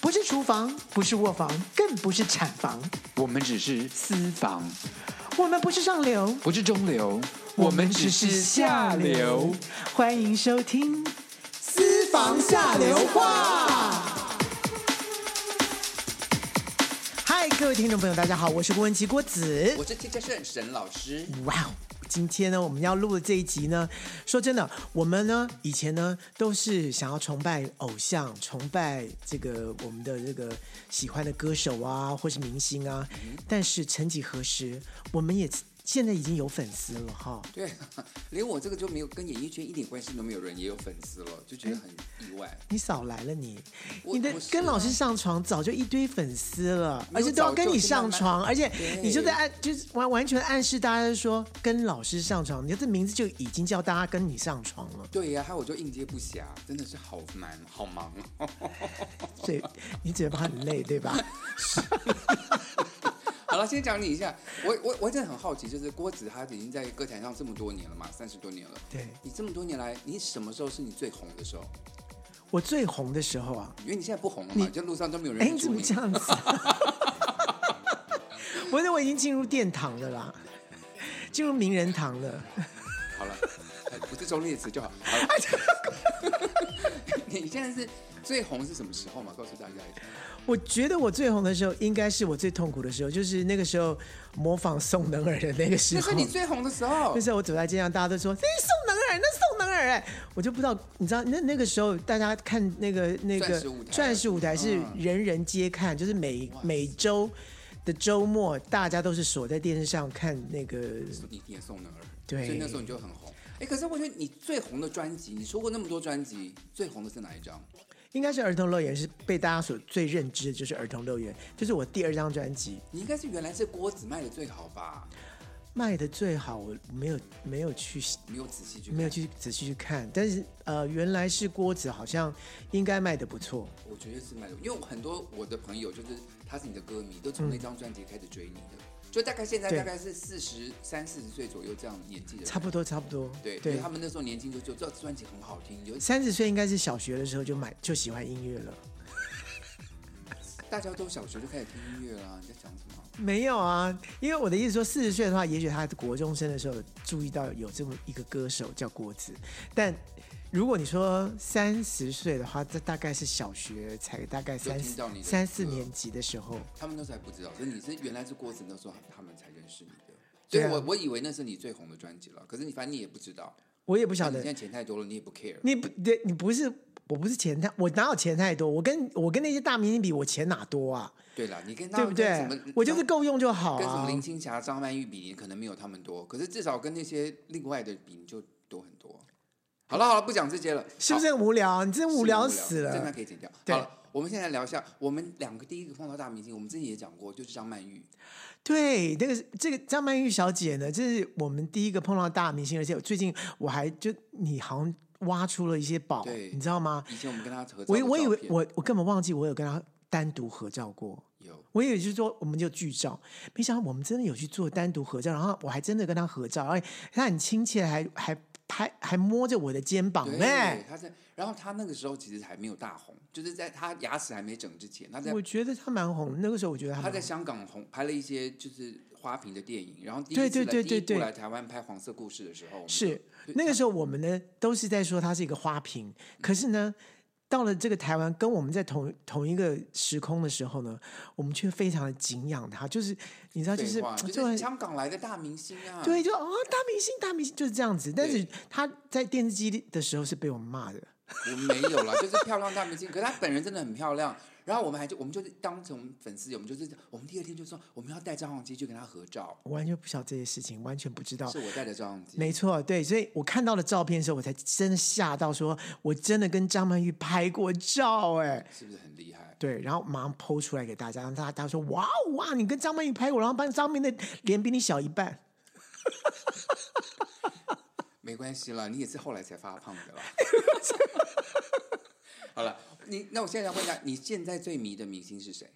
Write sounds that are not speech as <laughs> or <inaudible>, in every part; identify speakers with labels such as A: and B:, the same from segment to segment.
A: 不是厨房，不是卧房，更不是产房，
B: 我们只是私房，
A: 我们不是上流，
B: 不是中流，我们只是下流。。
A: 欢迎收听《私房下流话》。嗨，各位听众朋友，大家好，我是郭文琪郭子。
B: 我是 Teacher 沈沈老师，
A: 哇哦！今天呢，我们要录的这一集呢，说真的，我们呢以前呢都是想要崇拜偶像，崇拜这个我们的这个喜欢的歌手啊，或是明星啊。但是曾几何时，我们也现在已经有粉丝了哈。
B: 对，啊连我这个就没有跟演艺圈一点关系都没有人，也有粉丝了，就觉得很意外。
A: 你少来了你，
B: 我
A: 你的
B: 我是
A: 跟
B: 啊
A: 老师上床早就一堆粉丝了，
B: 没
A: 而
B: 有
A: 且都要
B: 早
A: 跟
B: 就
A: 你
B: 是
A: 上
B: 慢慢
A: 床，而且你就在
B: 对
A: 暗就是完完全暗示大家说跟老师上床，你的名字就已经叫大家跟你上床了。
B: 对呀、还有我就应接不暇，真的是好难，好忙哦。
A: 嘴，你嘴巴很累，
B: <laughs>
A: 对吧？
B: 好了，先讲你一下，我我我真的很好奇，就是郭子他已经在歌坛上这么多年了嘛，三十多年了。
A: 对
B: 你这么多年来，你什么时候是你最红的时候？
A: 我最红的时候啊，
B: 因为你现在不红了嘛，就路上都没有人
A: 哎，
B: 认
A: 你
B: 出
A: 怎么这样子？ <laughs> 我觉得我已经进入殿堂了啦，进入名人堂了。
B: 好了，哎不是中立的词就好。好
A: <laughs>
B: 了你现在是最红是什么时候嘛？告诉大家一下。
A: 我觉得我最红的时候，应该是我最痛苦的时候，就是那个时候模仿宋能儿的那个时
B: 那
A: 候
B: 是。你最红的时候
A: 那。时候我走在街上，大家都说那是宋能儿，那是宋能儿哎，我就不知道，你知道那那个时候大家看那个那
B: 钻
A: 个
B: 石舞台
A: 钻石舞台是
B: 嗯
A: 人人皆看，就是每每周的周末大家都是锁在电视上看那个，
B: 你也送那儿，
A: 对
B: 所以那时候你就很红。哎，可是我觉得你最红的专辑，你说过那么多专辑，最红的是哪一张？
A: 应该是儿童乐园是被大家所最认知的，就是儿童乐园，就是我第二张专辑
B: 你应该是原来是郭子卖的最好吧？
A: 卖的最好，我没有没有去
B: 没有仔细去看
A: 没有，去仔细去看，但是呃原来是郭子好像应该卖的不错。
B: 我觉得是卖的，因为我很多我的朋友就是他是你的歌迷，都从那张专辑开始追你的，就大概现在
A: 嗯对
B: 大概是四十三四十岁左右这样年纪的人，
A: 差不多，差不多。
B: 对，因为他们那时候年轻就就知道专辑很好听，有
A: 三十岁应该是小学的时候就买就喜欢音乐了。
B: 大家都小学就开始听音乐啦，你在讲什么？
A: 没有啊，因为我的意思说，四十岁的话，也许他国中生的时候有注意到有这么一个歌手叫郭子，但如果你说三十岁的话，这大概是小学才大概三
B: 听到你的
A: 三四
B: 歌
A: 年级的时候。
B: 他们那时候还不知道，所以你是原来是郭子那时候他们才认识你的，所
A: 对
B: 以
A: 啊
B: 我、我以为那是你最红的专辑了，可是你反正你也不知道，
A: 我也不
B: 那
A: 晓
B: 你
A: 得
B: 现在钱太多了，你也不 care，
A: 你不对，你不是我不是钱太，我哪有钱太多？我跟我跟那些大明星比，我钱哪多啊？
B: 对啦，你跟他
A: 对不
B: 们
A: 对
B: 跟什么？
A: 我就是够用就好
B: 跟什么
A: 啊。
B: 林青霞、张曼玉比，你可能没有他们多，可是至少跟那些另外的比，你就多很多。好了好了，不讲这些了，
A: 是不
B: 好？
A: 是很无聊？你真
B: 是
A: 无聊死
B: 这
A: 了
B: 段。可以剪掉。
A: 对
B: 好了，我们现在聊一下，我们两个第一个碰到大明星，我们之前也讲过，就是张曼玉。
A: 对，那个是这个张曼玉小姐呢，这是我们第一个碰到大明星，而且我最近我还就你好像挖出了一些宝，
B: 对
A: 你知道吗？
B: 以前我们跟她合照的照
A: 我
B: 片，
A: 我以为我我根本忘记我有跟她单独合照过，
B: 有
A: 我以为就是说我们就剧照，没想到我们真的有去做单独合照，然后我还真的跟她合照，而且她很亲切，还还拍还摸着我的肩膀哎
B: 对，
A: 呢。
B: 他在，然后他那个时候其实还没有大红，就是在他牙齿还没整之前，他在
A: 我觉得她蛮红的，那个时候我觉得她
B: 他
A: 蛮
B: 在
A: 红
B: 香港红拍了一些就是花瓶的电影，然后第一次
A: 对
B: 来
A: 对对对
B: 第一
A: 对
B: 部来台湾拍《黄色故事》的时候，我们
A: 是
B: 对嗯
A: 那个时候我们呢都是在说它是一个花瓶，可是呢，到了这个台湾跟我们在同同一个时空的时候呢，我们却非常的敬仰它，就是你知道，就
B: 废
A: 是
B: 话就
A: 就很
B: 是香港来的大明星啊，
A: 对，就啊、大明星大明星就是这样子，但是
B: 对
A: 他在电视机的时候是被我们骂的，
B: 我没有啦，就是漂亮大明星，可是她本人真的很漂亮。然后我们还就我们就是当成粉丝，我们就是我们第二天就说我们要带照相机去跟他合照，
A: 我完全不晓得这些事情，完全不知道
B: 是。我带的照相机，
A: 哦没错，对，所以我看到了照片的时候，我才真的吓到说，我真的跟张曼玉拍过照、哎。
B: 是不是很厉害？
A: 对，然后马上剖出来给大家，让大家大家说哇哦哇，你跟张曼玉拍过，然后把张曼玉的脸比你小一半。
B: 没关系啦，你也是后来才发胖
A: <laughs>
B: 的啦。好了，你那我现在问一下，你现在最迷的明星是谁？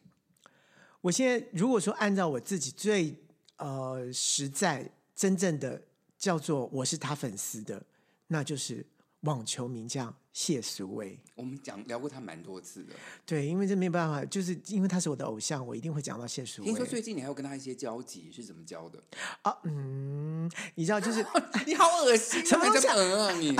A: 我现在如果说按照我自己最呃实在真正的叫做我是他粉丝的，那就是网球名将谢淑薇。
B: 我们讲聊过他蛮多次的。
A: 对，因为这没有办法，就是因为他是我的偶像，我一定会讲到谢淑
B: 听说
A: 薇。
B: 最近你还有跟他一些交集，是怎么交
A: <laughs>
B: 的？
A: 啊，嗯，你知道，就是
B: 你好恶心啊，
A: 什么
B: 你
A: 东西
B: 在
A: 啊
B: 嗯啊你？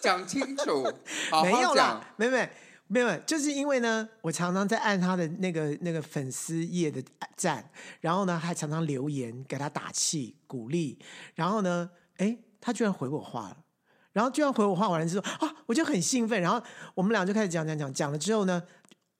B: 讲清
A: <laughs>
B: 楚，好
A: 没有
B: 好讲。
A: 啦，没有没有没有，就是因为呢，我常常在按他的那个那个粉丝页的赞，然后呢还常常留言给他打气鼓励，然后呢，哎，他居然回我话了。然后居然回我话完了之后啊，我就很兴奋。然后我们俩就开始讲讲讲讲了之后呢，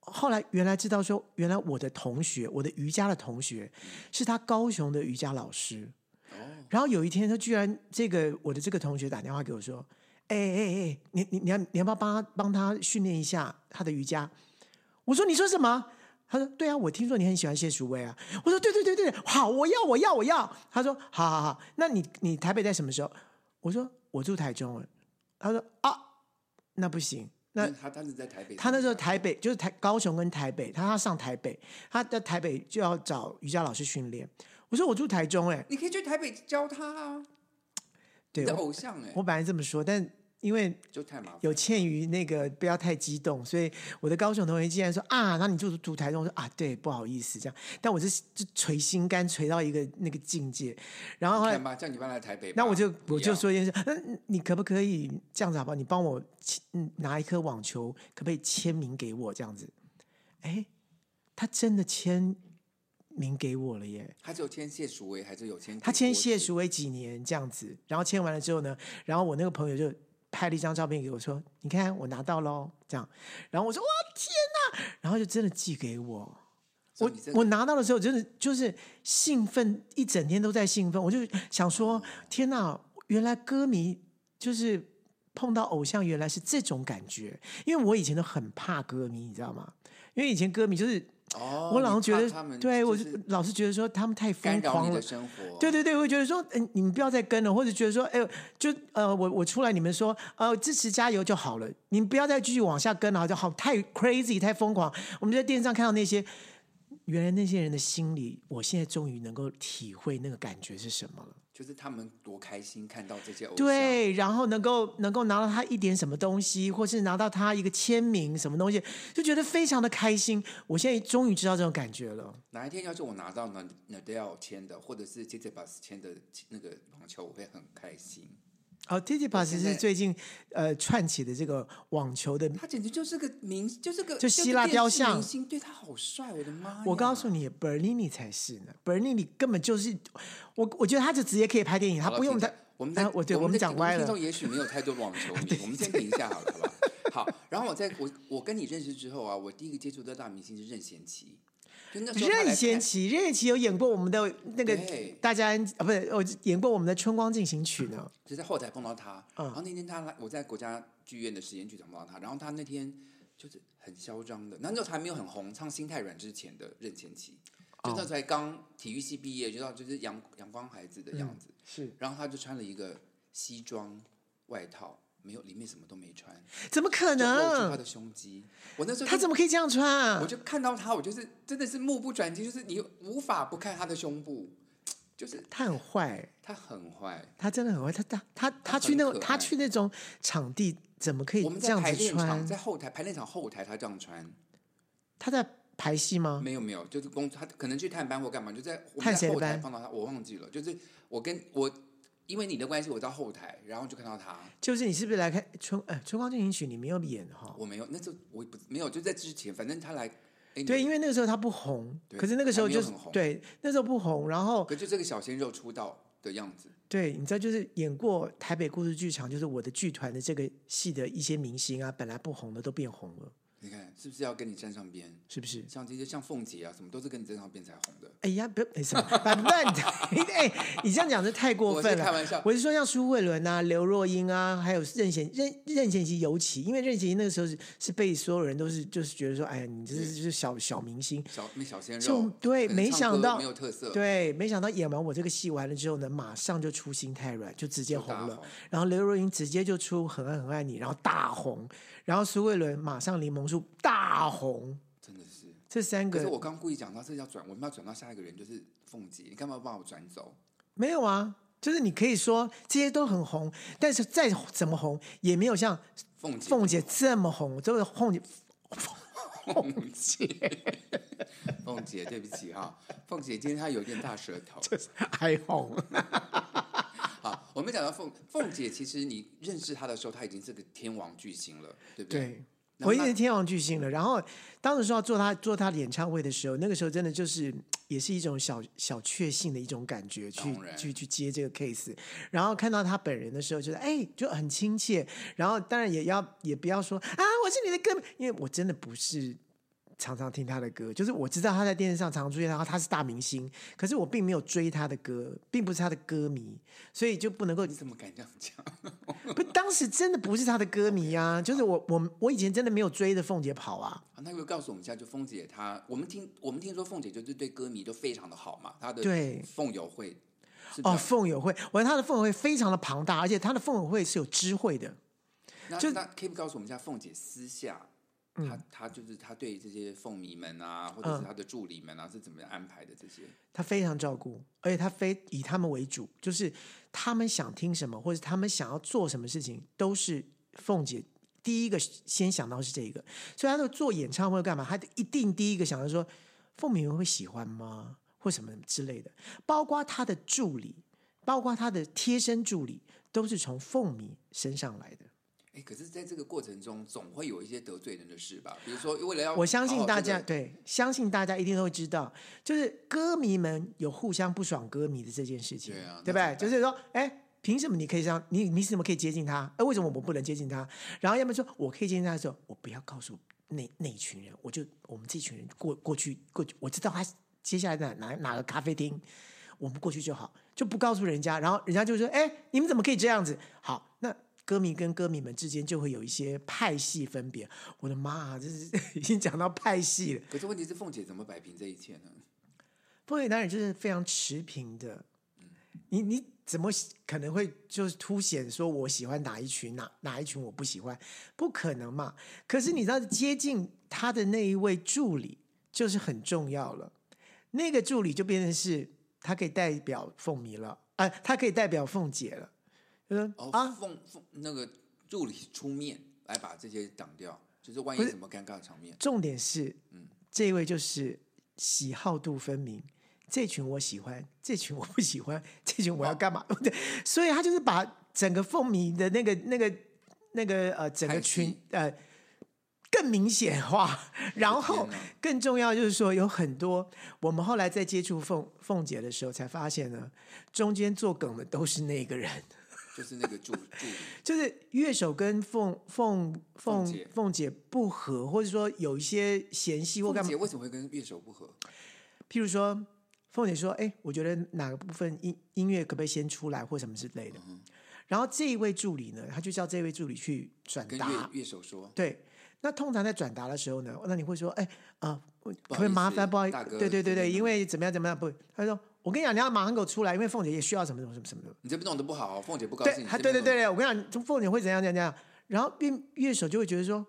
A: 后来原来知道说，原来我的同学，我的瑜伽的同学是他高雄的瑜伽老师。
B: 哦，
A: 然后有一天，他居然这个我的这个同学打电话给我说：“哎哎哎，你你你要你要不要帮他帮他训练一下他的瑜伽？”我说：“你说什么？”他说：“对啊，我听说你很喜欢谢淑薇啊。”我说：“对对对对，好，我要我要我要。”他说：“好好好，那你你台北在什么时候？”我说：“我住台中了。”他说：“啊，那不行，那
B: 那他当时在台北，
A: 他那时候台北就是台高雄跟台北，他要上台北，他在台北就要找瑜伽老师训练。”我说：“我住台中、欸，哎，
B: 你可以去台北教他啊，
A: 对
B: 你的
A: 我
B: 偶像哎、
A: 我本来这么说，但因为
B: 就太麻烦。
A: 有欠于那个不要太激动，所以我的高雄同学竟然说啊，那你住住台中，我说啊，对，不好意思这样。但我这就捶心肝捶到一个那个境界，然后后
B: 你
A: 来
B: 看吧，叫你搬来台北吧，
A: 那我就我就
B: 不要，
A: 说一件事，嗯，你可不可以这样子好不好？你帮我签嗯拿一颗网球，可不可以签名给我这样子？哎，他真的签名给我了耶！
B: 他只有签谢淑薇，还是有签
A: 他签谢
B: 淑，
A: 淑薇几年这样子，然后签完了之后呢，然后我那个朋友就拍了一张照片给我说：“你看我拿到喽。”这样，然后我说：“哇天哪！”然后就真的寄给我。
B: 所
A: 我
B: 以你真的
A: 我拿到的时候，真的就是兴奋，一整天都在兴奋。我就想说：“天哪，原来歌迷就是碰到偶像，原来是这种感觉。”因为我以前都很怕歌迷，你知道吗？因为以前歌迷就是。
B: 哦，
A: 我
B: 你
A: 老是觉
B: 怕
A: 得，
B: 他们
A: 对我
B: 就
A: 就是老是觉得说他们太
B: 干
A: 疯
B: 扰
A: 狂
B: 你
A: 了
B: 的，生活，
A: 对对对，我会觉得说，嗯，你们不要再跟了，或者觉得说，哎、呦，就呃，我我出来，你们说，呃，支持加油就好了，你们不要再继续往下跟了，就好太 crazy 太疯狂。我们在电视上看到那些，原来那些人的心理，我现在终于能够体会那个感觉是什么了。
B: 就是他们多开心看到这些偶像，
A: 对，然后能够能够拿到他一点什么东西，或是拿到他一个签名什么东西，就觉得非常的开心。我现在终于知道这种感觉了。
B: 哪一天要是我拿到 Nad- Nadal 签的，或者是 j j b u s 签的那个网球，我会很开心。
A: 哦 t i t i p a s
B: 现在
A: 是最近呃串起的这个网球的
B: 他简直就是个明，就是个
A: 就希腊
B: 是电视
A: 雕像
B: 明星，对他好帅，我的妈呀！
A: 我告诉你，Bernini 才是呢，Bernini 根本就是我，我觉得他就直接可以拍电影，他
B: 好了，
A: 不用
B: 停
A: 他
B: 下。我们在、
A: 啊我对我们
B: 在
A: 讲歪
B: 听
A: 了
B: 众也许没有太多
A: <laughs>
B: 网球迷，我们先停一下好了，好吧？好，然后我在我我跟你认识之后啊，我第一个接触到大明星是任贤齐，就那时候他来
A: 任贤
B: 台
A: 齐，任贤齐有演过我们的那个
B: 对
A: 大家安啊，不是，我演过我们的《春光进行曲》
B: <laughs>
A: 呢。
B: 就在后台碰到他，
A: 嗯
B: 然后那天他来，我在国家剧院的实验剧场碰到他，然后他那天就是很嚣张的，那时候还没有很红，唱《心太软》之前的任贤齐，就
A: 哦
B: 那时候才刚体育系毕业，就到就是阳阳光孩子的
A: 嗯
B: 样子，
A: 是，
B: 然后他就穿了一个西装外套，没有里面什么都没穿，
A: 怎么可
B: 就露出他
A: 能？
B: 的胸肌，我那时候
A: 他
B: 就
A: 怎么可以这样穿
B: 我
A: 啊？
B: 就看到他，我就是真的是目不转睛，就是你无法不看他的胸部，就是
A: 他很坏，
B: 他很坏。
A: 他真的很坏。他他他他去
B: 很
A: 那种
B: 可爱
A: 他去那种场地，怎么可以
B: 我们
A: 这
B: 在
A: 样
B: 排
A: 子
B: 练场，
A: 穿？
B: 在后台排练场后台，他这样穿，
A: 他在排戏吗？
B: 没有没有，就是工他可能去探班或干嘛，就在我
A: 探
B: 们
A: 谁
B: 在
A: 的
B: 后台
A: 班
B: 碰到他，我忘记了，就是我跟我因为你的关系，我到后台，然后就看到他，
A: 就是你是不是来看《春》呃《春光进行曲》？你没有演哈？
B: 我没有，那时候我也不没有，就在之前，反正他来，哎
A: 对，因
B: 为
A: 为那个时候他不红，
B: 对
A: 可是那个时候
B: 还没有
A: 就是
B: 很红
A: 对那时候不红，然后
B: 可就这个小鲜肉出道的样子，
A: 对，你知道就是演过台北故事剧场，就是我的剧团的这个戏的一些明星啊，本来不红的都变红了，
B: 你看是不是要跟你站上边？
A: 是不是？
B: 像这些像凤姐啊，什么都是跟你站上边才红的。
A: 哎呀，不，哎什么，百万， <laughs> 哎，你这样讲就太过
B: 我是
A: 分了。
B: 开玩笑，
A: 我是说，像苏慧伦啊、刘若英啊，还有任贤任任贤齐，尤其因为任贤齐那个时候是是被所有人都是就是觉得说，哎呀，你这是就是小小明星，
B: 小没小鲜
A: 就
B: 肉，
A: 对，
B: 可能
A: 没
B: 唱
A: 想
B: 歌
A: 到
B: 没有特色，，
A: 对，没想到演完我这个戏完了之后呢，马上就出《心太软》，就直接红
B: 大
A: 了
B: 红。
A: 然后刘若英直接就出《很爱很爱你》，然后大红。然后苏慧伦马上《柠檬树》大红。
B: 真的是。
A: 这三
B: 可是
A: 个
B: 我刚故意讲到这要转，我们要转到下一个人，就是凤姐，你干嘛把我转走？
A: 没有啊？就是你可以说这些都很红，但是再怎么红也没有像
B: 凤姐，
A: 凤姐这么红，就是
B: <laughs>
A: 凤姐
B: 凤姐，凤姐，对不起哈、凤姐今天她有点大舌头。
A: 还红。
B: 好，我们讲到凤凤姐，其实你认识她的时候，她已经是个天王巨星了，对不对？
A: 对，
B: 然后
A: 我已经
B: 那
A: 是天王巨星了。然后当时说要做他做他演唱会的时候，那个时候真的就是也是一种小小确幸的一种感觉，去
B: 当然
A: 去去接这个 case。然后看到他本人的时候，觉得哎就很亲切。然后当然也要也不要说啊我是你的歌迷，因为我真的不是。常常听他的歌，就是我知道他在电视上常常出现，然后他是大明星，可是我并没有追他的歌，并不是他的歌迷，所以就不能够
B: 你怎么敢这样讲？
A: 不，当时真的不是他的歌迷啊，就是我我我以前真的没有追着凤姐跑啊，
B: 好那有没有告诉我们一下，就凤姐她，我们听我们听说凤姐就是对歌迷都非常的好嘛，她的
A: 对
B: 凤友会是
A: 哦，
B: 吧？
A: 凤友会，我觉得他的凤友会非常的庞大，而且他的凤友会是有智慧的。
B: 那
A: 就
B: 那可以告诉我们一下，凤姐私下。她她就是她对这些凤迷们啊，或者
A: 嗯
B: 是她的助理们啊，是怎么样安排的？这些
A: 他非常照顾，而且他非以他们为主，就是他们想听什么，或者他们想要做什么事情，都是凤姐第一个先想到是这个。所以他就做演唱会干嘛，他一定第一个想到说，凤鸣会喜欢吗，或什么之类的。包括他的助理，包括他的贴身助理，都是从凤鸣身上来的。
B: 哎，可是在这个过程中，总会有一些得罪人的事吧？比如说，为了要
A: 我相
B: 讨
A: 信
B: 好
A: 大
B: 这个
A: 家、对，相信大家一定都会知道，就是歌迷们有互相不爽歌迷的这件事情，
B: 对啊
A: 对不
B: 那
A: 对？
B: 怎
A: 就
B: 么
A: 是说，哎，凭什么你可以让你你怎么可以接近他？哎，为什么我不能接近他？然后要么说我可以接近他的时候，我不要告诉那那一群人，我就我们这群人过过去过去，我知道他接下来哪哪哪个咖啡厅，我们过去就好，就不告诉人家。然后人家就说，哎，你们怎么可以这样子？好，那。歌迷跟歌迷们之间就会有一些派系分别，我的妈、啊，这是 <laughs> 已经讲到派系了。
B: 可是问题是，凤姐怎么摆平这一切呢？
A: 凤姐当然就是非常持平的，你你怎么可能会就是凸显说我喜欢哪一群哪哪一群我不喜欢？不可能嘛！可是你知道接近他的那一位助理就是很重要了，那个助理就变成是他可以代表凤迷了，啊、他可以代表凤姐了，就说、
B: 哦，
A: 啊，
B: 凤凤那个助理出面来把这些挡掉，就是万
A: 不
B: 一
A: 是
B: 什么尴尬的场面，
A: 重点是，
B: 嗯
A: 这一位就是喜好度分明，这群我喜欢，这群我不喜欢， <laughs> 这群我要干嘛？ <laughs> 对，所以他就是把整个凤迷的那个、那个、那个呃，整个
B: 派系
A: 群呃更明显化。 <laughs> 然后
B: 天哪
A: 更重要就是说，有很多我们后来在接触凤凤姐的时候，才发现呢，中间做梗的都是那个人。 <laughs>
B: 就是那个助助理，
A: 就是乐手跟凤凤
B: 凤
A: 凤
B: 姐
A: 凤姐不合，或者说有一些嫌隙或干
B: 凤
A: 嘛
B: 姐，为什么会跟乐手不合？
A: 譬如说，凤姐说：“哎，我觉得哪个部分音音乐可不可以先出来，或什么之类
B: 嗯
A: 的。然后这一位助理呢，他就叫这位助理去转
B: 跟
A: 达
B: 乐。乐手说，
A: 对，那通常在转达的时候呢，那你会说：“哎啊，我可
B: 不
A: 不
B: 好
A: 可以
B: 意
A: 麻
B: 思
A: 烦不好意
B: 大
A: 思
B: 哥？”
A: 对对
B: 这
A: 对
B: 边
A: 对，
B: 呢
A: 因为怎么样怎么样不？他说：“我跟你讲，你要马上给我出来，因为凤姐也需要什么什么什么什么。”
B: 你这边弄得不好，凤姐不高兴。
A: 对，
B: 你
A: 他
B: 这
A: 对
B: 边
A: 对
B: 弄
A: 对，我跟你讲，就凤姐会怎样怎样怎样，然后乐乐手就会觉得说，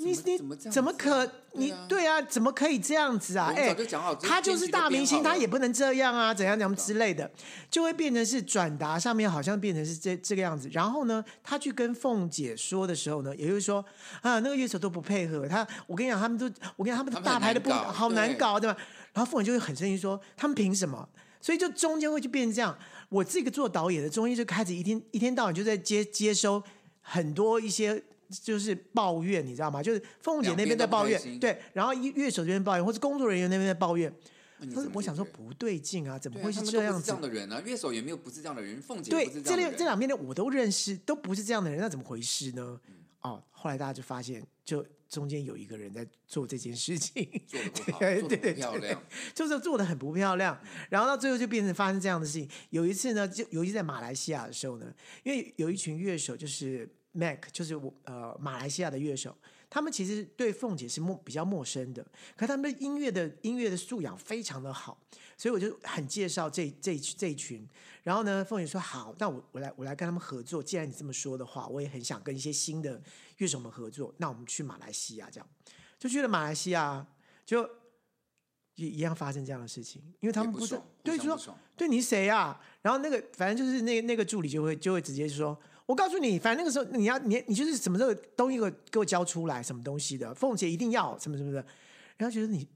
A: 你
B: 怎
A: 你
B: 么怎么这样
A: 怎么
B: 子啊
A: 可
B: 对
A: 你
B: 啊
A: 对啊，怎么可以这样子啊
B: 我？们
A: 哎
B: 早就讲好，这
A: 他
B: 编
A: 就是
B: 曲就
A: 大
B: 编
A: 明星，
B: 好
A: 他
B: 了
A: 也不能这样啊，怎样怎样之类的，就会变成是转达上面好像变成是这这个样子。然后呢，他去跟凤姐说的时候呢，也就是说啊，那个乐手都不配合他，我跟你讲，他们都我跟你讲，他们
B: 他们
A: 大
B: 很
A: 牌
B: 难
A: 的不
B: 搞
A: 好难
B: 对
A: 搞，对吧？然后凤姐就会很生气说，他们凭什么？所以就中间会就变成这样。我这个做导演的，中间就开始一天一天到晚就在接接收很多一些。就是抱怨，你知道吗？就是凤姐那边在抱
B: 两边
A: 怨
B: 都不开，心
A: 对，然后乐手这边抱怨，或者工作人员那边在抱怨，
B: 那你
A: 但是
B: 嗯怎么
A: 我
B: 解
A: 想说
B: 决
A: 不对劲啊，怎么
B: 对啊
A: 会
B: 他们都
A: 这
B: 不
A: 样
B: 是这
A: 子
B: 样？的人啊呢？乐手也没有不是这样的人，凤姐也
A: 对
B: 不是，
A: 这
B: 样
A: 两
B: 的
A: 这
B: 人。
A: 两边的我都认识，都不是这样的人，那怎么回事呢？哦，后来大家就发现，就中间有一个人在做这件事情，
B: 做的不好，
A: <laughs> 对
B: 做的
A: 对
B: 不漂
A: 对
B: 亮，
A: <laughs> 就是做的很不漂亮，然后到最后就变成发生这样的事情。有一次呢，就尤其在马来西亚的时候呢，因为有一群乐手就是 Mac，就是我呃马来西亚的乐手，他们其实对凤姐是陌比较陌生的，可他们的音乐的音乐的素养非常的好，所以我就很介绍这这这一群。然后呢，凤姐说好，那我我来我来跟他们合作。既然你这么说的话，我也很想跟一些新的乐手们合作，那我们去马来西亚这样，就去了马来西亚，就也一样发生这样的事情，因为他们
B: 也
A: 不
B: 不
A: 是
B: 爽，互
A: 对，
B: 相
A: 就
B: 不
A: 说
B: 爽
A: 对你谁啊？然后那个反正就是那那个助理就会就会直接说，我告诉你，反正那个时候你要你你就是什么时候东西给我给我交出来，什么东西的，凤姐一定要什么什么的，然后觉得你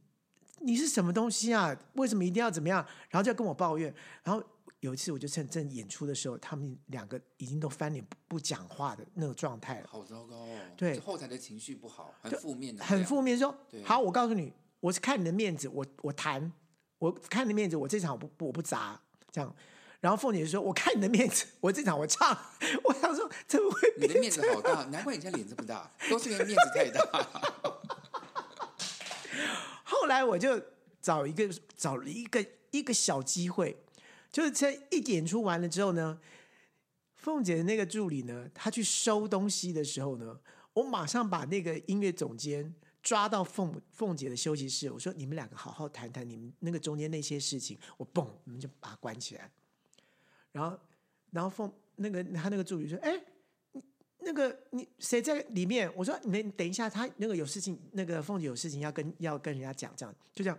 A: 你是什么东西啊？为什么一定要怎么样？然后就要跟我抱怨，然后。有一次，我就趁正演出的时候，他们两个已经都翻脸不不讲话的那种状态了。
B: 好糟糕哦。
A: 对
B: 这后台的情绪不好，很
A: 就
B: 负面的，
A: 很。负面说
B: 对：“
A: 好，我告诉你，我是看你的面子，我我谈，我看你的面子，我这场我不我不砸这样。”然后凤姐就说：“我看你的面子， <laughs> 我这场我唱。”我想说，怎么会
B: 你的面子好大，难怪你现在脸这么大，都是因为面子太大。 <laughs>
A: 后来我就找一个找了一个一个小机会，就是在一演出完了之后呢，凤姐的那个助理呢，她去收东西的时候呢，我马上把那个音乐总监抓到凤凤姐的休息室，我说你们两个好好谈谈你们那个中间那些事情，我嘣，你们就把它关起来。然后，然后凤那个他那个助理说，哎。那个你谁在里面？我说你们等一下，他那个有事情，那个凤姐有事情要跟要跟人家讲，这样就这样，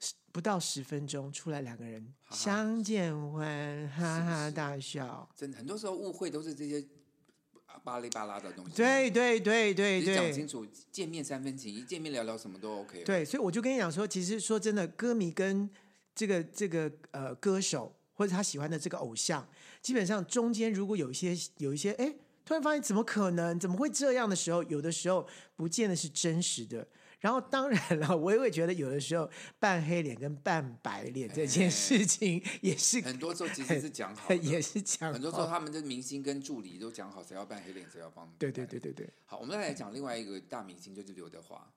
A: 十不到十分钟出来，两个人
B: 哈哈
A: 相见欢，哈哈
B: 是
A: 大笑。
B: 真的，很多时候误会都是这些巴拉巴拉的东西。
A: 对对对对
B: 其实讲
A: 对
B: 清楚，见面三分情，一见面聊聊什么都 OK。，
A: 对，所以我就跟你讲说，其实说真的，歌迷跟这个这个呃歌手或者他喜欢的这个偶像，基本上中间如果有一些有一些哎，诶突然发现怎么可能，怎么会这样的时候，有的时候不见得是真实的。然后当然了，我也会觉得有的时候半黑脸跟半白脸这件事情也是、
B: 哎很多时候其实是
A: <laughs>
B: 讲好的，
A: 也是讲
B: 很多时
A: 话
B: 候他们的明星跟助理都讲好谁要扮黑脸，谁要帮。
A: 对对。对对对。
B: 好，我们再来讲另外一个大明星，就是刘德华。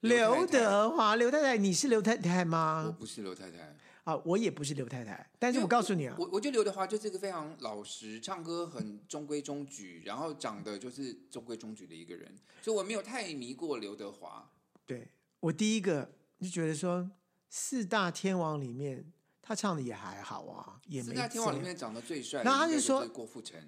A: 刘
B: 太太，
A: 德华，刘太太，你是刘太太
B: 我
A: 吗？
B: 不是刘太太。
A: 啊，我也不是刘太太，但是
B: 因为
A: 我告诉你啊，
B: 我我觉得刘德华就是一个非常老实，唱歌很中规中矩，然后长得就是中规中矩的一个人，所以我没有太迷过刘德华。
A: 对我第一个就觉得说，四大天王里面他唱的也还好啊，也没
B: 四大天王里
A: 怎样。
B: 面长得最帅，
A: 然后他
B: 就
A: 就说
B: 郭富城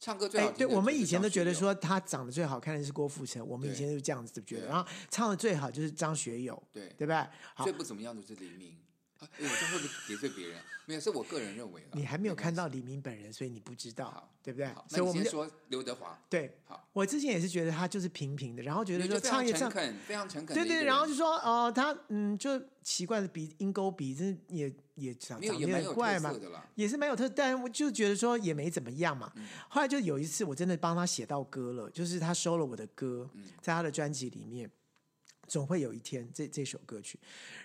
B: 唱歌最
A: 哎
B: 好，听
A: 对，
B: 的
A: 我们
B: 就是
A: 以前都
B: 张学
A: 觉得
B: 友
A: 说他长得最好看的是郭富城，我们以
B: 对
A: 前都是这样子觉得，
B: 对
A: 然后唱的最好就是张学友，
B: 对，
A: 对不对？好
B: 最，不怎么样的是黎明。啊，哎，我这样会不会得罪别人啊？没有，是我个人认为啊。
A: 你还没有看
B: 关系
A: 到黎明本人，所以你不知道
B: 好，
A: 对不对
B: 好？，那
A: 所以我
B: 你
A: 们就
B: 先说刘德华，
A: 对
B: 好，
A: 我之前也是觉得他就是平平的，然后觉得
B: 你
A: 说
B: 就非
A: 唱
B: 常
A: 一唱
B: 诚。恳，非常诚恳的
A: 对
B: 一个人。
A: 对，然后就说哦、他嗯，就奇怪的鼻鹰钩鼻，真的也也长
B: 没有
A: 长
B: 也
A: 得
B: 蛮
A: 很
B: 有
A: 怪
B: 特
A: 嘛
B: 色，的啦。
A: 也是蛮有特，但我就觉得说也没怎么样嘛。后来就有一次，我真的帮他写到歌了，就是他收了我的歌，在他的专辑里面，总会有一天这这首歌曲。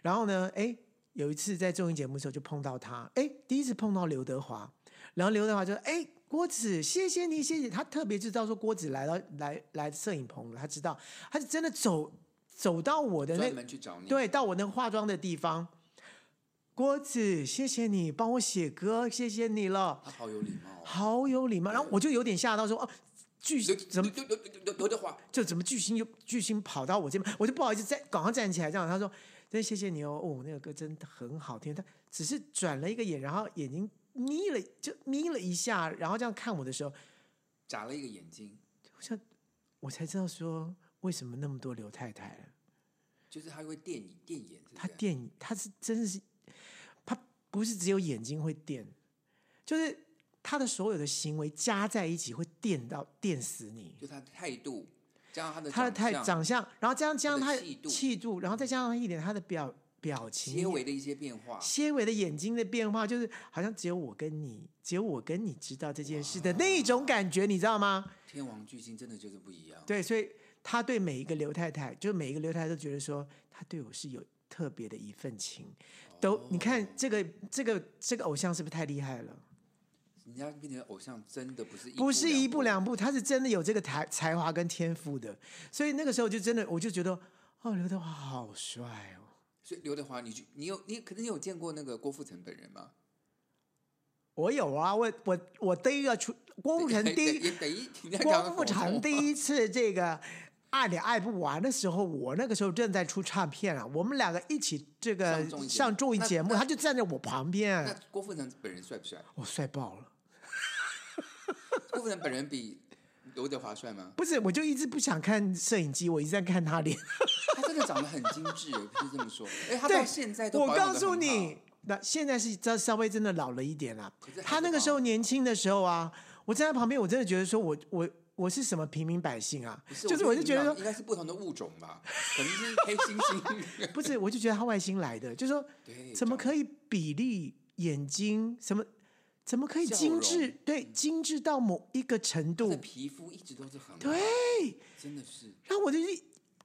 A: 然后呢，哎，有一次在综艺节目的时候就碰到他，哎，第一次碰到刘德华，然后刘德华就哎。郭子，谢谢你，谢谢他。特别知道说郭子来到来来摄影棚了，他知道，他是真的走走到我的那
B: 专门去找你，
A: 对，到我那个化妆的地方。郭子，谢谢你帮我写歌，谢谢你了，
B: 他好有礼貌哦。
A: 好有礼貌。然后我就有点吓到说，哦，巨
B: 刘
A: 星 <laughs> 怎么
B: 刘刘刘刘刘德华，
A: 就怎么巨星又巨星跑到我这边，我就不好意思再赶快站起来这样。他说，真谢谢你哦，哦，那个歌真的很好听。他只是转了一个眼，然后眼睛眯了，就眯了一下，然后这样看我的时候，
B: 眨了一个眼睛，
A: 我想我才知道说为什么那么多刘太太了。
B: 就是他会电你电眼，是不
A: 他
B: 是
A: 电影，他是真的是，他不是只有眼睛会电，就是他的所有的行为加在一起会电到电死你。
B: 就他的态度，加上他的
A: 他的态
B: 相
A: 长相，然后加上加上
B: 他
A: 他
B: 的
A: 的
B: 气度
A: 气度，然后再加上一点他的表表情，
B: 些微的一些变化，
A: 纤维的眼睛的变化，就是好像只有我跟你，只有我跟你知道这件事的那种感觉，你知道吗？
B: 天王巨星真的就是不一样。
A: 对，所以他对每一个刘太太，就每一个刘太太都觉得说，他对我是有特别的一份情。都
B: 哦
A: 你看这个这个这个偶像是不是太厉害了？
B: 人家变成偶像，真的不是
A: 不是一步
B: 步
A: 两步，他是真的有这个才才华跟天赋的。所以那个时候就真的，我就觉得，哦，刘德华好帅哦。
B: 所以刘德华，你去，你有你可能你有见过那个郭富城本人吗？
A: 我有啊，我我我第一个出 <laughs> 郭富城
B: 等
A: 第一
B: 一等一，你在讲
A: 郭富城第一次这个爱你爱不完的时候，我那个时候正在出唱片啊，我们两个一起这个
B: 上综
A: 上综艺
B: 艺节目
A: 节目，
B: 那那
A: 他就站在我旁
B: 那
A: 边，
B: 郭富城本人帅不帅？
A: 我帅爆了。
B: 郭富城本人比刘德华帅吗？
A: 不是，我就一直不想看摄影机，我一直在看他脸。
B: 他真真的长得很精致，我必须这
A: <laughs>
B: 么说。哎，他
A: 对
B: 到现
A: <laughs>
B: 在都
A: 我
B: 保养
A: 告
B: 得
A: 诉
B: 很好
A: 你，，那现在是这稍微真的老了一点啦
B: 可是。还
A: 他
B: 是
A: 那个
B: 保
A: 时候年轻的时候啊，我站在旁边，我真的觉得说我我我是什么平民百姓啊
B: 不，是
A: 就是我就觉得
B: 营
A: 说
B: 养应该是不同的物种吧，可能是黑猩
A: <laughs>
B: 猩。
A: 不是，我就觉得他外星来的，就说
B: 对，
A: 怎么
B: 以？
A: 可以比例眼睛什么，怎么可以
B: 笑
A: 精致？
B: 容
A: 对，精致到某一个程
B: 他的
A: 度，
B: 皮肤一直都是很好，
A: 对。
B: 真的是。
A: 然后我就是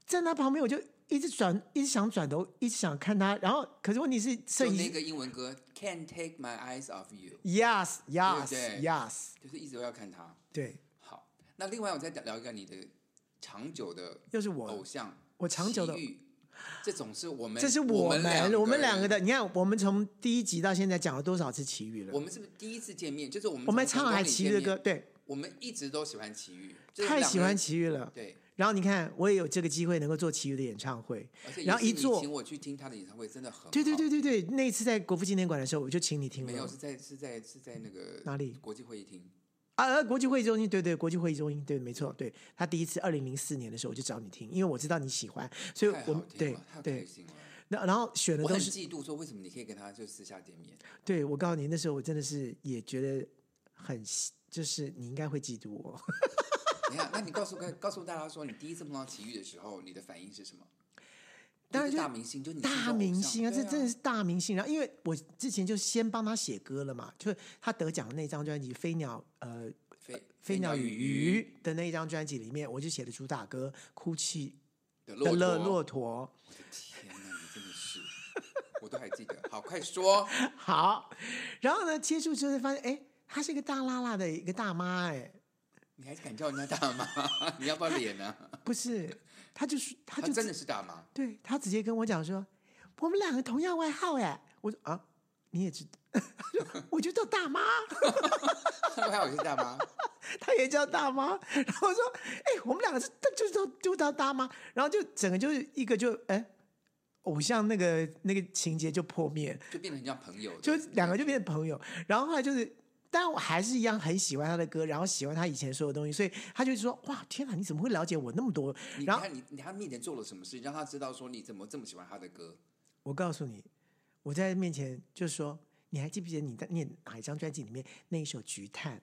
A: 站他旁边，我就一直转，一直想转头，一直想看他。然后，可是问题是，摄
B: 就
A: 影
B: 那
A: 师
B: 个英文歌，Can't take my eyes off you，
A: yes
B: 对
A: yes
B: 不对
A: yes，
B: 就是一直都要看他。
A: 对，
B: 好，那另外我再聊一个你的长久的
A: 又是我
B: 偶像，
A: 我长久的
B: 奇遇，这种是哦我们，
A: 这是
B: 我
A: 我们我们两个
B: 人
A: 的，，你看，我们从第一集到现在讲了多少次奇遇
B: 我
A: 了？
B: 们是不是第一次见面？就是我们
A: 我们
B: 从
A: 唱
B: 成
A: 海
B: 功里
A: 奇遇
B: 见
A: 的
B: 面
A: 歌，，对，
B: 我们一直都喜欢奇遇，就是
A: 太
B: 两
A: 喜
B: 个
A: 欢
B: 人
A: 奇遇了。
B: 对，
A: 然后你看，我也有这个机会能够做奇遇的演唱会
B: 而且，也
A: 然后
B: 是
A: 一
B: 你
A: 做
B: 请，我去听他的演唱会，真的很
A: 对对
B: 好
A: 对，对对，那一次在国父纪念馆的时候，我就请你听
B: 没有
A: 了
B: 是在是在是在那个
A: 哪里
B: 国际会议厅，
A: 啊，呃国际会议中心，对对，国际会议中心，对，没错，对他第一次二零零四年的时候我就找你听，因为我知道你喜欢，所以
B: 太
A: 我
B: 好
A: 们
B: 听
A: 对
B: 了，太开
A: 对，
B: 心了。
A: 那然后选的
B: 我
A: 都
B: 很
A: 是，
B: 嫉妒，说为什么你可以跟他就私下见面？
A: 对我告诉你，那时候我真的是也觉得很喜，就是你应该会嫉妒我。
B: 等一下，那 <laughs> 你告诉跟告诉大家说，你第一次碰到奇遇的时候，你的反应是什么？
A: 当然
B: 就是
A: 就
B: 大明星，就你心中
A: 大
B: 偶
A: 明
B: 像
A: 星啊，
B: 对
A: 这真的是大明星。然后因为我之前就先帮他写歌了嘛，就是他得奖的那张专辑《飞鸟》呃，《
B: 飞
A: 飞鸟
B: 与
A: 与鱼》的那一张专辑里面，我就写的主打歌《哭泣
B: 的》
A: 的
B: 骆
A: 乐
B: 驼
A: 骆驼。
B: 我的 <laughs> 天哪，你真的是，我都还记得。好，快说，
A: <laughs> 好，然后呢，接触之后就发现，哎，她是一个大辣辣的一个大妈，哎，
B: 你还敢叫人家大妈？ <laughs> 你要不要脸呢、啊？
A: 不是，她就是，她
B: 他
A: 就
B: 真的
A: 直
B: 是大妈，
A: 对她直接跟我讲说，我们两个同样外号，哎，我说啊，你也知 <laughs> 道，她说我就叫大妈，
B: 他还好是大妈，
A: 她也叫大妈， <laughs> 然后我说，哎，我们两个是就叫就叫大妈，然后就整个就是一个就哎。偶像那个那个情节就破灭，
B: 就变成很像朋友，
A: <laughs> 就
B: 对不对
A: 两个就变成朋友。然后后来就是，但我还是一样很喜欢他的歌，然后喜欢他以前所有东西，所以他就说：“哇，天哪，你怎么会了解我那么多
B: 你
A: 然后
B: 看你你他面前做了什么事，让他知道说你怎么这么喜欢他的歌？？”
A: 我告诉你，我在面前就说：“你还记不记得你在念哪一张专辑里面那一首《菊炭》？”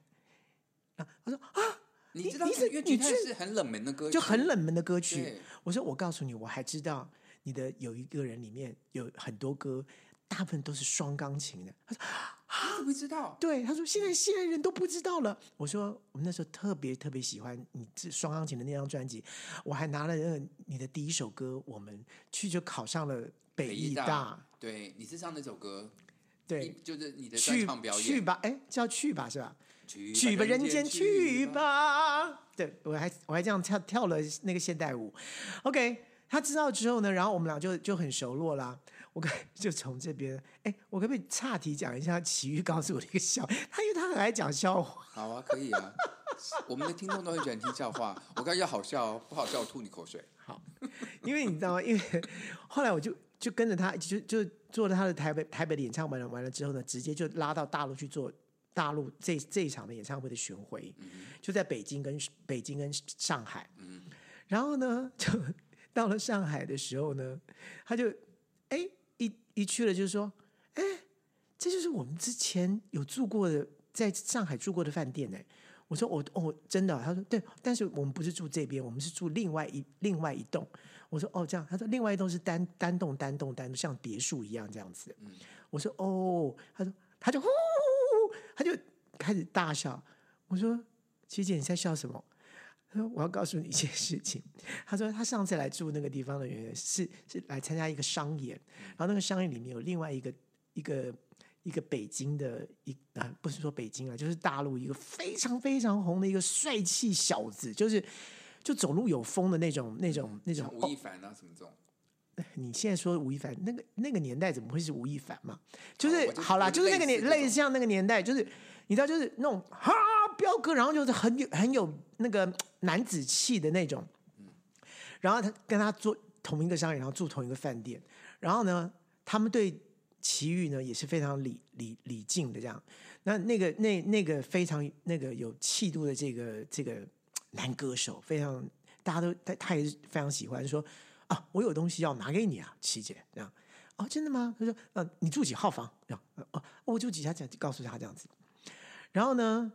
A: 啊，他说啊，
B: 你
A: 你
B: 知道
A: 你是
B: 因为
A: 你
B: 菊泰
A: 去
B: 是很冷门的歌曲，
A: 就很冷门的歌曲
B: 对。
A: 我说：“我告诉你，我还知道你的有一个人里面有很多歌，大部分都是双钢琴的。”
B: 你怎么会知道？
A: 对，他说现在现在人都不知道了。我说我们那时候特别特别喜欢你这双钢琴的那张专辑，我还拿了那个你的第一首歌，我们去就考上了北
B: 北
A: 艺
B: 艺
A: 大，
B: 大对，你是唱那首歌，一
A: 对，
B: 就是你的专
A: 去
B: 场表
A: 去
B: 演，
A: 吧，哎，叫去吧是吧？
B: 去
A: 去吧，人间
B: 间
A: 去
B: 吧。
A: 吧。对我还我还这样跳跳了那个现代舞。OK，他知道之后呢，然后我们俩就就很熟络啦。我跟就从这边，哎，我可不可以岔题讲一下奇遇告诉我的一个笑？他因为他很爱讲笑话。
B: 好啊，可以啊。 <laughs> 我们的听众都很喜欢听笑话，我刚要好笑哦，不好笑我吐你口水。
A: 好， <laughs> 因为你知道吗？因为后来我就就跟着他，就就做了他的台北台北的演唱会完了完了之后呢，直接就拉到大陆去做大陆这这一场的演唱会的巡回，就在北京跟北京跟上海。然后呢，就到了上海的时候呢，他就哎一一去了就说，哎，这就是我们之前有住过的，在上海住过的饭店呢。我说我哦真的啊、他说对，但是我们不是住这边，我们是住另外一另外一栋。我说哦这样，他说另外一栋是单单栋单栋单栋，像别墅一样这样子。
B: 嗯
A: 我说哦，他说他就呼呼呼，他就开始大笑。我说琪姐你在笑什么？他说我要告诉你一件事情。他说他上次来住那个地方的原因是是来参加一个商演，
B: 嗯
A: 然后那个商演里面有另外一个一个一个北京的一啊，不是说北京啊，就是大陆一个非常非常红的一个帅气小子，就是就走路有风的那种那种那种
B: 像吴亦凡啊什么这种，
A: 你现在说吴亦凡，那个那个年代怎么会是吴亦凡嘛？就是
B: 哦我就
A: 好啦，
B: 我
A: 就
B: 就是
A: 那个年
B: 类似这种
A: 类似像那个年代，就是你知道，就是那种哈彪哥，然后就是很有很有那个男子气的那种。然后他跟他做同一个商人，然后住同一个饭店，然后呢，他们对奇遇呢也是非常礼礼礼敬的这样。那那个那那个非常那个有气度的这个这个男歌手，非常大家都他他也是非常喜欢说，啊，我有东西要拿给你啊，琪姐这样。哦，真的吗？他说，呃，你住几号房？这样，呃哦，我住几家，这样告诉他这样子。然后呢，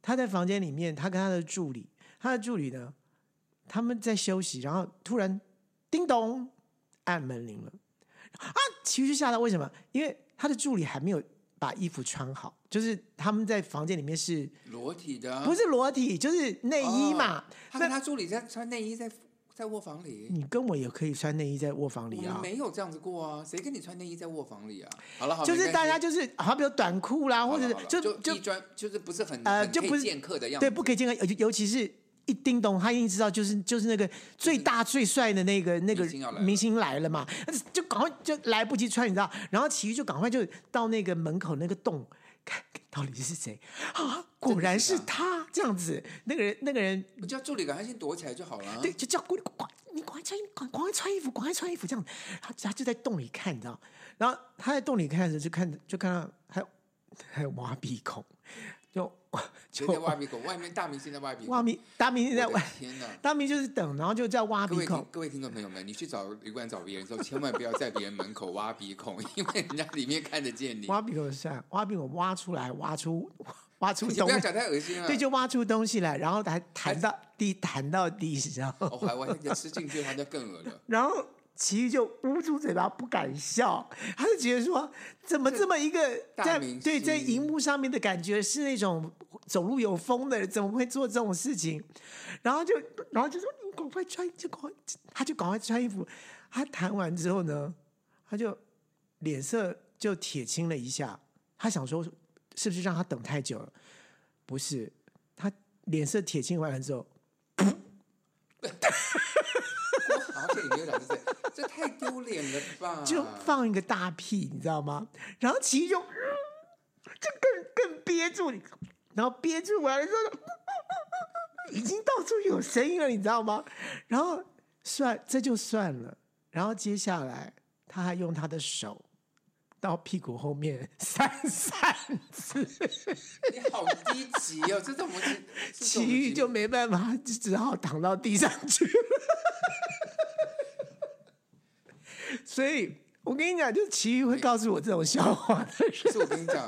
A: 他在房间里面，他跟他的助理，他的助理呢，他们在休息，然后突然叮咚按门铃了啊！其实吓到，为什么？因为他的助理还没有把衣服穿好，就是他们在房间里面是
B: 裸体的，啊
A: 不是裸体，就是内衣嘛。
B: 他跟他助理在穿内衣在在卧房里。
A: 你跟我也可以穿内衣在卧房
B: 我
A: 里
B: 们
A: 啊，
B: 没有这样子过啊，谁跟你穿内衣在卧房里啊？好了好了，
A: 就是大家
B: 就
A: 就是好比有短裤啦，或者是
B: 就
A: 就就
B: 一专就是不是很
A: 呃
B: 很
A: 就
B: 可以
A: 不是
B: 见客的样
A: 对，
B: 子，
A: 不可以见个，尤尤其是一叮咚，他一定知道，就是就是那个最大最帅的那个那个
B: 明星要来了
A: 明星来了嘛，就赶快就来不及穿，你知道，然后奇遇就赶快就到那个门口那个洞。看到底是谁啊？果然是他，这样子。那个人，那个人，
B: 我叫助理赶快先躲起来就好了啊。
A: 对，就叫姑娘，赶你赶快穿衣，赶赶快穿衣服，赶快穿衣服，这样。他他就在洞里看，你知道，然后他在洞里看的时候，就看就看到还有还有挖鼻孔，就
B: 谁
A: 就
B: 在挖鼻孔？外面大明星在挖鼻孔。
A: 挖鼻，大明
B: 我
A: 星
B: 的
A: 在挖。
B: 天哪！
A: 大明就是等，然后就在挖啊
B: 各
A: 鼻
B: 位听
A: 孔。
B: 各位听众朋友们，你去找旅馆找别人的时候，千万不要在别人门口挖鼻孔， <laughs> 因为人家里面看得见你。
A: 挖鼻孔是啊挖鼻孔挖出来，挖出挖出
B: 你
A: 东
B: 不要
A: 西，
B: 讲太恶心了。
A: <laughs>
B: 啊
A: 对，就挖出东西来，然后还弹到地，弹到地上，
B: 哦，还我还吃进去的话，那更恶了。
A: 然后奇遇就捂住嘴巴不敢笑，他就觉得说，怎么这么一个
B: 大
A: 在
B: 明
A: 对在
B: 星
A: 荧幕上面的感觉是那种走路有风的人，怎么会做这种事情？然后就然后就说你赶快穿，就赶快，他就赶快穿衣服。他弹完之后呢，他就脸色就铁青了一下，他想说是不是让他等太久了？不是，他脸色铁青完了之后，
B: 好像你没有讲这，这太丢脸了吧？
A: 就放一个大屁，你知道吗？然后其实就、嗯就更更憋住你，然后憋住完了之后，已经到处有声音了，你知道吗？然后算这就算了，然后接下来他还用他的手到屁股后面 <laughs> 扇扇子，
B: 你好低级哦，这怎么是？这怎
A: 其
B: 么
A: 余就没办法， <laughs> 就只好躺到地上去 <laughs> 了。所以，我跟你讲，就奇遇会告诉我这种笑话的人。
B: 可是我跟你讲，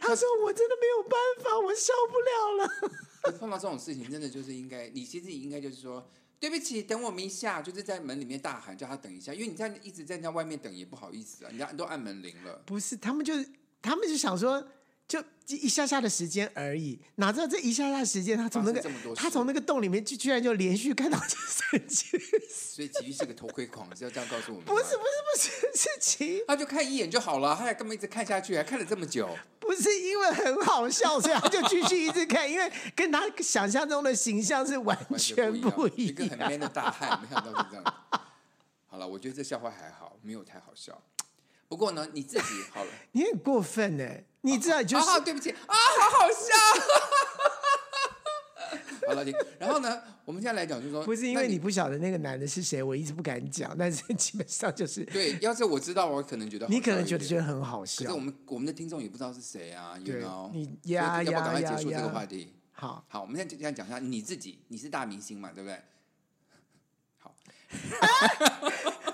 A: 他说：“我真的没有办法，我笑不了了。
B: 碰到这种事情，真的就是应该，你其实应该就是说。对不起，等我们一下，就是在门里面大喊，叫他等一下，因为你在一直在人家外面等也不好意思啊，人家都按门铃了”。
A: 不是，他们就是他们就想说，就一下下的时间而已，哪知道这一下下的时间，他从那
B: 发生这么
A: 个
B: 多事
A: 他从那个洞里面居居然就连续看到这三件，
B: 所以奇遇是个偷窥狂，是要这样告诉我们吗？
A: <laughs> 不是不是 <laughs> 不是是奇，
B: 他就看一眼就好了，他还干嘛一直看下去，还看了这么久？
A: <laughs> 不是因为很好笑，所以他就继续一直看，因为跟他想象中的形象是完
B: 完全
A: 全
B: 不
A: 不
B: 一
A: 一
B: 个 <laughs> 很
A: 样。
B: man 的大汉，没想到是这样子。好了，我觉得这笑话还好，没有太好笑。不过呢，你自己好了，
A: 你很过分哎、你知道 <laughs> 你就
B: 啊、
A: 是
B: 好对不起啊，好好笑。 <laughs> 好了，你然后呢，我们现在来讲，就是说，
A: 不是因
B: 啊那
A: 为你
B: 你
A: 不晓得那个男的是谁，我一直不敢讲，但是基本上就是
B: 对，要是我知道，我可能觉 <laughs> 得好
A: 你可
B: 笑
A: 能
B: 一
A: 觉得
B: 点
A: 觉得很好
B: 可是
A: 笑
B: 我。们我们的听众也不知道是谁啊，you
A: 对
B: know，
A: 你
B: 所以
A: 呀
B: 要不要赶快
A: 呀
B: 结束这
A: 呀
B: 个话题？
A: 好，
B: 好，我们现在就这样讲一下你自己，你是大明星嘛，对不 <laughs> 对？好，
A: <laughs>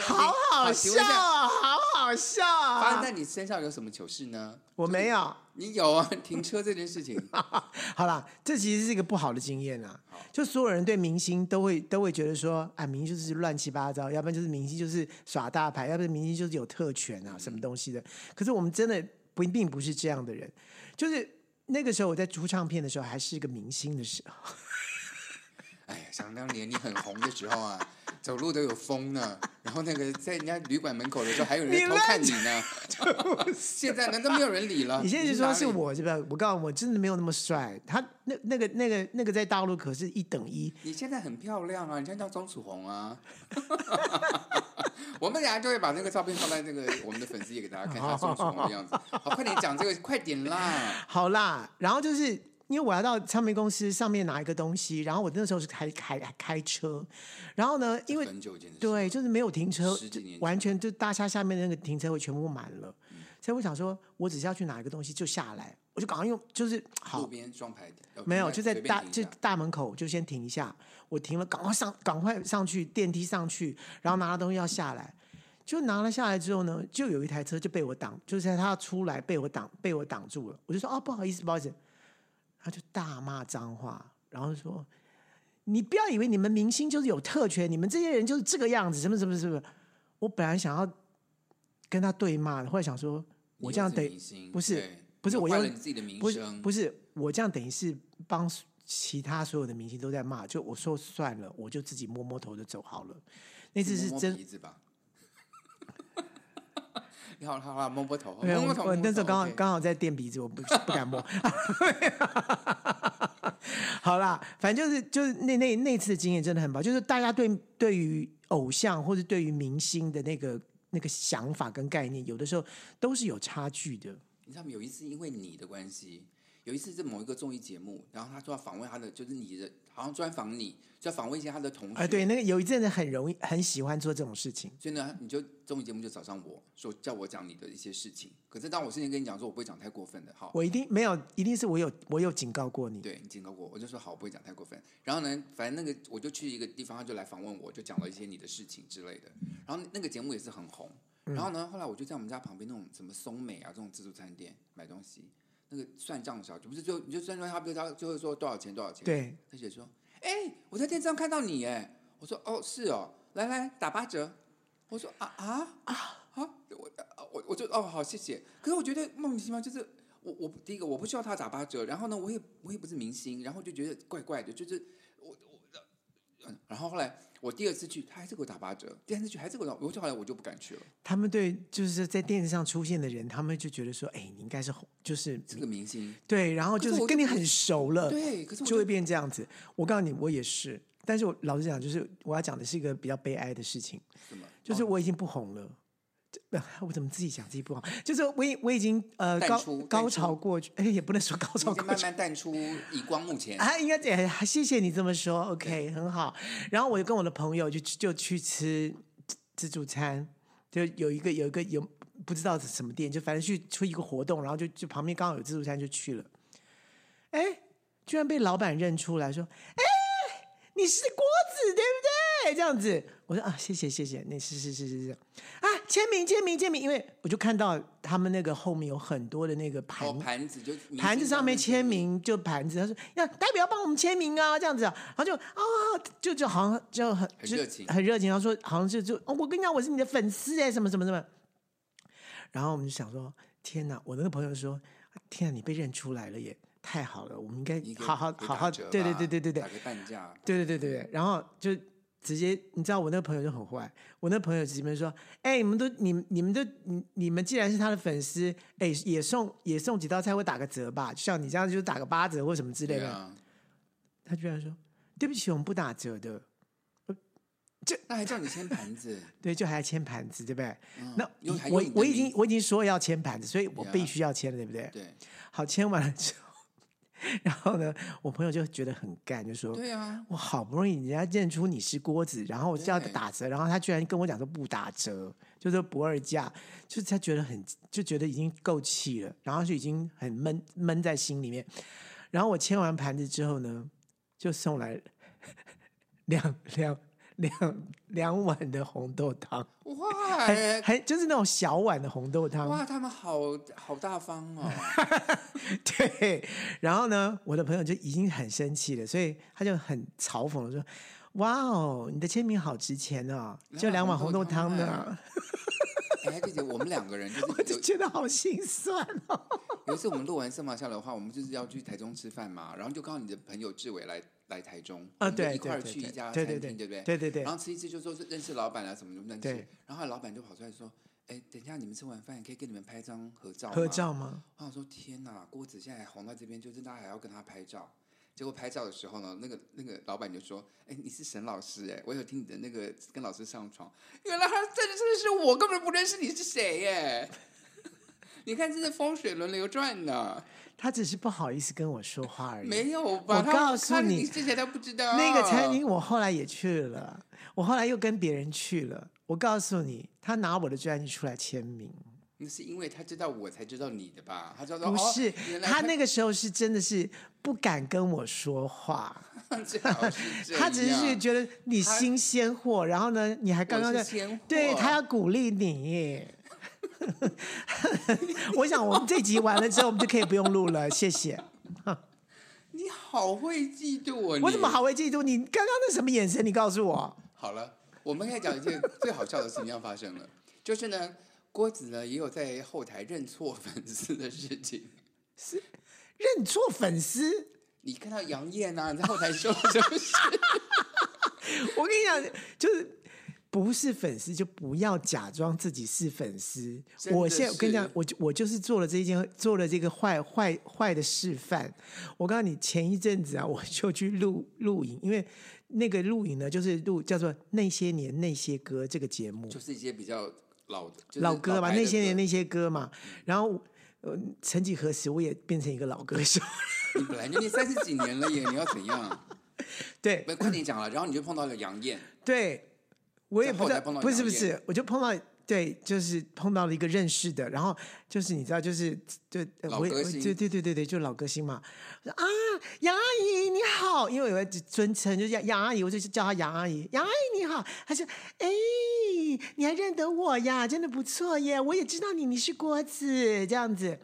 A: 好好
B: 请
A: 笑
B: 问一下
A: 啊，好好笑
B: 发生
A: 啊！
B: 在你身上有什么糗事呢？
A: 我没有，
B: 你有啊，停车这件事
A: <laughs>
B: 情，
A: 好啦，这其实是一个不好的经验啊
B: 好。
A: 就所有人对明星都会都会觉得说，啊，明星就是乱七八糟，要不然就是明星就是耍大牌，要不然明星就是有特权
B: 嗯
A: 啊，什么东西的。可是我们真的不并不是这样的人，就是那个时候我在出唱片的时候，还是一个明星的时候。
B: 哎呀，想当年你很红的时候啊，走路都有风呢，然后那个在人家旅馆门口的时候，还有人在偷看你呢。现在难道没有人理了？
A: 你现在就说是
B: 啊哪里
A: 我是吧？我告诉你，我真的没有那么帅。他那那个那个那个在大陆可是一等一，
B: 你现在很漂亮啊，你现在叫钟楚红啊。 <laughs> 我们等下就会把那个照片放在那个我们的粉丝页给大家看，她钟楚红的样
A: <laughs>
B: 子。好，快点讲这个，快点啦！
A: 好啦，然后就是因为我要到唱片公司上面拿一个东西，然后我那时候是开开开车，然后呢，因为
B: 很久以前的事
A: 对，就是没有停车
B: 十几年，前嗯
A: 完全就大厦下面那个停车位全部满了，所以我想说，我只是要去拿一个东西就下来，我就赶快用，就是
B: 路
A: 好
B: 边双排呃
A: 没有
B: 停
A: 就在
B: 随便
A: 大
B: 停一
A: 就
B: 下
A: 大门口就先停一下，我停了，赶快上赶快上去电梯上去，然后拿了东西要下来，就拿了下来之后呢，就有一台车就被我挡，就是在他要出来被我挡被我挡住了，我就说哦不好意思不好意思，他就大骂脏话，然后说你不要以为你们明星就是有特权，你们这些人就是这个样子，什么什么什么，我本来想要跟他对骂的，后来想说
B: 你
A: 我
B: 又
A: 这样
B: 是
A: 等
B: 明星
A: 不是
B: 对
A: 不是
B: 你
A: 我
B: 坏
A: 又
B: 了你自己的名
A: 不是
B: 声，
A: 不是，我这样等于是帮其他所有的明星都在骂，就我说算了，我就自己摸摸头就走好了。那次
B: 你
A: 是
B: 摸摸
A: 真
B: 鼻子吧？ <laughs> 你好了好了，摸哦摸头，
A: 没有，
B: 摸摸头。
A: 我
B: 摸
A: 那时候
B: 头
A: 刚好
B: OK
A: 刚好在垫鼻子，我不不敢
B: <laughs>
A: 摸。 <laughs> 好啦，反正就是就是那那那次的经验真的很棒，就是大家对对于偶像或者对于明星的那个那个想法跟概念，有的时候都是有差距的。
B: 你知道吗？有一次因为你的关系，有一次是某一个综艺节目，然后他说要访问他的，就是你的，好像专访你，就要访问一些他的同学。
A: 哎、对，那个有一阵子很容易很喜欢做这种事情。
B: 所以呢，你就综艺节目就找上我说叫我讲你的一些事情。可是当我事先跟你讲说，我不会讲太过分的，好，
A: 我一定没有，一定是我有我有警告过你。
B: 对你警告过我，我就说好，我不会讲太过分。然后呢，反正那个我就去一个地方，他就来访问我，就讲了一些你的事情之类的。然后那个节目也是很红。然后呢，后来我就在我们家旁边那种什么松美啊这种自助餐店买东西，那个算账小姐不是就你就算算他不是他就会说多少钱多少钱，
A: 对，
B: 他姐说：“哎、我在电视上看到你哎。”我说：“哦，是哦，来来打八折。”我说：“啊啊啊啊！”我啊我我就哦好谢谢。可是我觉得莫名其妙，就是我我第一个我不需要他打八折，然后呢我也我也不是明星，然后就觉得怪怪的，就是我我嗯，然后后来我第二次去他还是给我打八折，第三次去还是给我打，我就后来我就不敢去了。
A: 他们对就是在电视上出现的人，他们就觉得说，哎、你应该是红，就是
B: 这个明星
A: 对，然后
B: 可是
A: 就
B: 我
A: 是
B: 就
A: 跟你
B: 不
A: 很熟了，
B: 对，可是我
A: 呃就会
B: 就
A: 变这样子。我告诉你，我也是，但是我老实讲，就是我要讲的是一个比较悲哀的事情，
B: 什么
A: 就是
B: 哦
A: 我已经不红了。这我怎么自己讲自己不红？就是我已我已经呃
B: 淡
A: 高
B: 出淡
A: 高
B: 出
A: 潮过去，哎，也不能说高
B: 你
A: 潮
B: 已
A: 过
B: 经慢
A: 去，
B: 慢淡出以光幕前。
A: 啊，应该这样，谢谢你这么说，OK，很好。然后我就跟我的朋友就就去吃自自助餐，就有一个有一个有不知道是什么店，就反正去出一个活动，然后就就旁边刚好有自助餐就去了，哎，居然被老板认出来说，哎，你是郭子对不对？这样子，我说啊，谢谢谢谢，那是是是是是，啊，签名签名签名，因为我就看到他们那个后面有很多的那个盘
B: 哦，盘子就明
A: 盘子
B: 星
A: 上面
B: 的
A: 签名就盘子，他说要代表帮我们签名啊，这样子啊，然后就啊，就就好像就很
B: 很
A: 就
B: 热情
A: 很热情，然后说好像就就、哦、我跟你讲，我是你的粉丝哎、什么什么什么，然后我们就想说，天哪，我那个朋友说，天哪，啊你被认出来了耶，太好了，我们应该
B: 你给
A: 好好
B: 给
A: 好
B: 打
A: 好，
B: 折吧
A: 对对对对对对
B: 打，个半价，
A: 对对对对对，然后就直接，你知道我那个朋友就很坏，我那个朋友直接说：“哎、你们都你们你们都你你们既然是他的粉丝，哎、也送也送几道菜或打个折吧，就像你这样就打个八折或什么之类
B: 对
A: 的。
B: 啊，
A: 他居然说：“对不起，我们不打折的。
B: 那还叫你签盘子，”
A: 对，就还要签盘子，对不对？
B: 嗯
A: 那
B: 用还
A: 我
B: 用你的
A: 我已经
B: 名
A: 我已经说要签盘子，所以我
B: 对啊
A: 必须要签了，对不对？
B: 对
A: 好，签完了之后，然后 <laughs> 呢，我朋友就觉得很干，就说：“
B: 对啊，
A: 我好不容易人家认出你是郭子，然后我就要
B: 对
A: 打折，然后他居然跟我讲说不打折，就是不二价，就是他觉得很就觉得已经够气了，然后就已经很闷闷在心里面。然后我签完盘子之后呢，就送来两两两两碗的红豆汤，
B: 哇
A: 还
B: 哎
A: 还就是那种小碗的红豆汤，
B: 哇，他们好好大方哦，
A: <laughs> 对，然后呢，我的朋友就已经很生气了，所以他就很嘲讽的说：“哇哦，你的签名好值钱哦，就两
B: 两碗
A: 碗
B: 红
A: 红
B: 豆
A: 豆汤
B: 汤
A: 呢
B: 哎。哎，这姐，我们两个人”
A: <laughs> 我
B: 就
A: <laughs>
B: 是
A: 就
B: 有
A: 觉得好心酸哦。
B: 有一次我们录完《圣马下来的话，我们就是要去台中吃饭嘛，然后就刚好你的朋友志伟来来台中，我
A: 啊，
B: 们就
A: 对
B: 一块
A: 对
B: 儿
A: 对
B: 去一家
A: 对，
B: 餐
A: 对
B: 厅，
A: 对
B: 对不对？
A: 对对对
B: 然，后吃一次就说是认识老板啊什么什么认识
A: 对，
B: 然后老板就跑出来说：“哎，等一下你们吃完饭可以跟你们拍张合照吗？”
A: 合照吗？
B: 我想说，天哪，郭子现在红到这边，就是大家还要跟他拍照。结果拍照的时候呢，那个那个老板就说：“哎，你是沈老师哎，我有听你的那个跟老师上床，原来他真的真的是我，根本不认识你是谁耶。 <laughs> 你看，真的风水轮流转呢，
A: 他只是不好意思跟我说话而已。
B: 没有吧？
A: 哎我
B: 他
A: 告诉
B: 他
A: 你
B: 你之前他不知道
A: 那个餐厅我后来也去了，我后来又跟别人去了。我告诉你，他拿我的专辑出来签名，
B: 那是因为他知道我才知道你的吧？他知道
A: 不是
B: 哦、原，来
A: 他
B: 他
A: 那个时候是真的是不敢跟我说话，
B: 最好是这样
A: 他只是觉得你
B: 他
A: 新鲜货，然后呢，你还刚刚
B: 我是
A: 在
B: 鲜货
A: 对他要鼓励你。 <laughs> 我想我们这集完了之后，我们就可以不用录了，谢
B: <laughs>
A: 谢。
B: 嗯你好会嫉妒我，
A: 我怎么
B: 你
A: 好会嫉妒你？刚刚那什么眼神？你告诉我。
B: 好了，我们该讲一件最好笑的事情要发生了，就是呢，郭子呢也有在后台认错粉丝的事情。 <laughs>
A: 认错粉丝，
B: 你看到杨艳啊，你在后台说了什么事？
A: <laughs> 我跟你讲，就是不是粉丝就不要假装自己是粉丝。
B: 真的
A: 我现在我跟你讲
B: 是，
A: 我就我就是做了这件做了这个坏坏坏的示范。我告诉你，前一阵子啊，我就去录录影，因为那个录影呢，就是录叫做《那些年那些歌》这个节目，
B: <laughs> 就是一些比较老的、就是、
A: 老歌嘛，
B: 牌的
A: 那些年
B: 歌
A: 那些歌嘛。然后，呃，曾几何时，我也变成一个老歌手。 <laughs>
B: 你本来就念三十几年了耶，你要怎样？ <laughs>
A: 对
B: 不，快点讲了，然后你就碰到了杨艳，
A: 对，我也
B: 在
A: 不
B: 后
A: 知
B: 台
A: 道
B: 碰到，
A: 不是
B: 杨
A: 不
B: 艳
A: 是，我就碰到对，就是碰到了一个认识的，然后就是你知道，就是对，呃
B: 老
A: 我也
B: 歌
A: 我
B: 星
A: 对对对对对，就老歌星嘛。我说啊，杨阿姨你好，因为我有个尊称就是杨杨阿姨，我就叫她杨阿姨。杨阿姨你好，她说哎，你还认得我呀？真的不错耶，我也知道你，你是郭子这样子。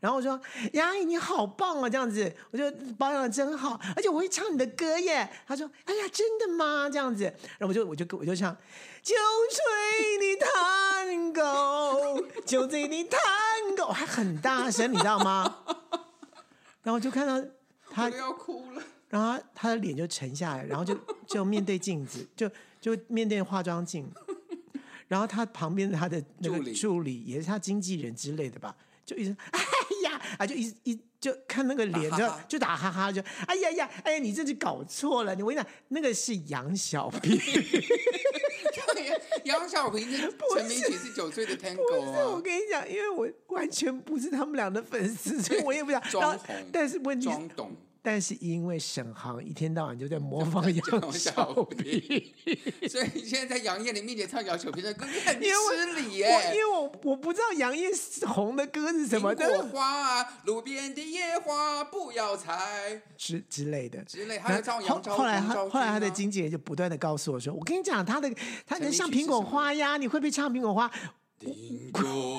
A: 然后我说：“杨阿姨你好棒啊，这样子，我就保养的真好，而且我会唱你的歌耶。”他说：“哎呀，真的吗？”这样子，然后我就我就我就唱《酒醉你探戈》，酒醉你探戈，我还很大声，你知道吗？然后我就看到他
B: 我都要哭了。
A: 然后他他的脸就沉下来，然后就就面对镜子， <laughs> 就就面对化妆镜，然后他旁边的他的那个
B: 助理
A: 助理也是他经纪人之类的吧，就一直哎呀啊，就一一就看那个脸
B: 打
A: 就
B: 哈哈
A: 就打哈哈，就哎呀呀，哎呀你这是搞错了，你我跟你讲，那个是杨小
B: <laughs>
A: 平，
B: <laughs> 杨小平的成名曲是九岁的
A: 不
B: Tango
A: 是我
B: 啊，
A: 跟你讲，因为我完全不是他们俩的粉丝，所以我也不想。
B: 装
A: 然后
B: 红
A: 但是问题是
B: 装懂
A: 但是因为沈航一天到晚就在模仿杨
B: 杨
A: 小
B: 小
A: 平。
B: 平。所以你现在在杨艳的面前唱杨小平的歌，你很
A: 因为我
B: 失礼
A: 我因
B: 耶。
A: 为我我不知道杨烨红的歌是什么，
B: 苹
A: 但
B: 果
A: 是
B: 花啊，路边的野花不要采
A: 之之类的。
B: 之类，还有
A: 然
B: 唱
A: 后
B: 杨昭
A: 后后来
B: 杨
A: 他
B: 昭
A: 后来他的
B: 君啊
A: 经纪人就不断的告诉我说：“我跟你讲，他的他
B: 陈
A: 能
B: 奕
A: 像
B: 迅
A: 苹
B: 是
A: 果
B: 什么
A: 花呀，你会不会唱苹果花？”
B: <laughs> 苹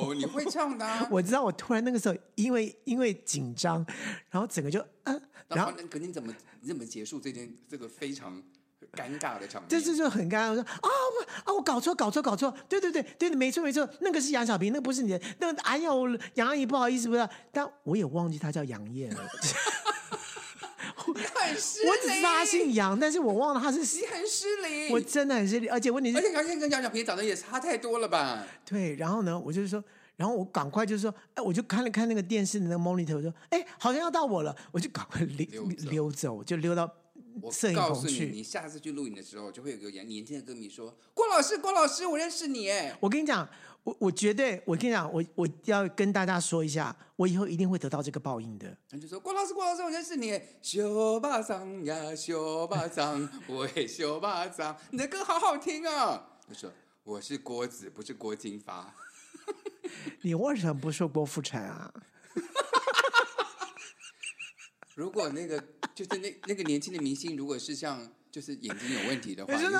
B: 果，你会唱的啊。
A: 我知道，我突然那个时候因为因为紧张，然后整个就嗯、 <laughs> 然
B: 然
A: 后
B: 后，可你怎么你怎么结束这件这个非常尴尬的场面？
A: 这这就很尴尬。我说啊我啊我搞错搞错搞错，对对对对，没错没错，那个是杨小平，那个不是你的，那个哎呦杨阿姨不好意思不是，但我也忘记她叫杨烨
B: <laughs>
A: 了，
B: 很失礼，
A: 我只知道她姓杨，但是我忘了她是谁。
B: 你很失礼。
A: 我真的很失礼，而且问题
B: 而
A: 是，
B: 且杨艳跟杨小平长得也差太多了吧？
A: 对，然后呢，我就是说，然后我赶快就是说，哎，我就看了看那个电视的那个 monitor，我说，哎，好像要到我了，我就赶快溜
B: 溜走
A: 溜走，就溜到
B: 我
A: 摄影
B: 告
A: 棚
B: 诉你，
A: 去。
B: 你下次去录影的时候，就会有个年年轻的歌迷说：“郭老师，郭老师，我认识你。”哎，
A: 我跟你讲，我我绝对，我跟你讲，我我要跟大家说一下，我以后一定会得到这个报应的。
B: 他就说：“郭老师，郭老师，我认识你。”小巴掌呀，小巴掌，我也小巴掌，你的歌好好听啊！我说：“我是郭子，不是郭金发。
A: 你为什么不说郭富城啊？
B: 如果那个就是那那个年轻的明星，如果是像就是眼睛有问题的话，
A: 你
B: 你
A: 说 <laughs>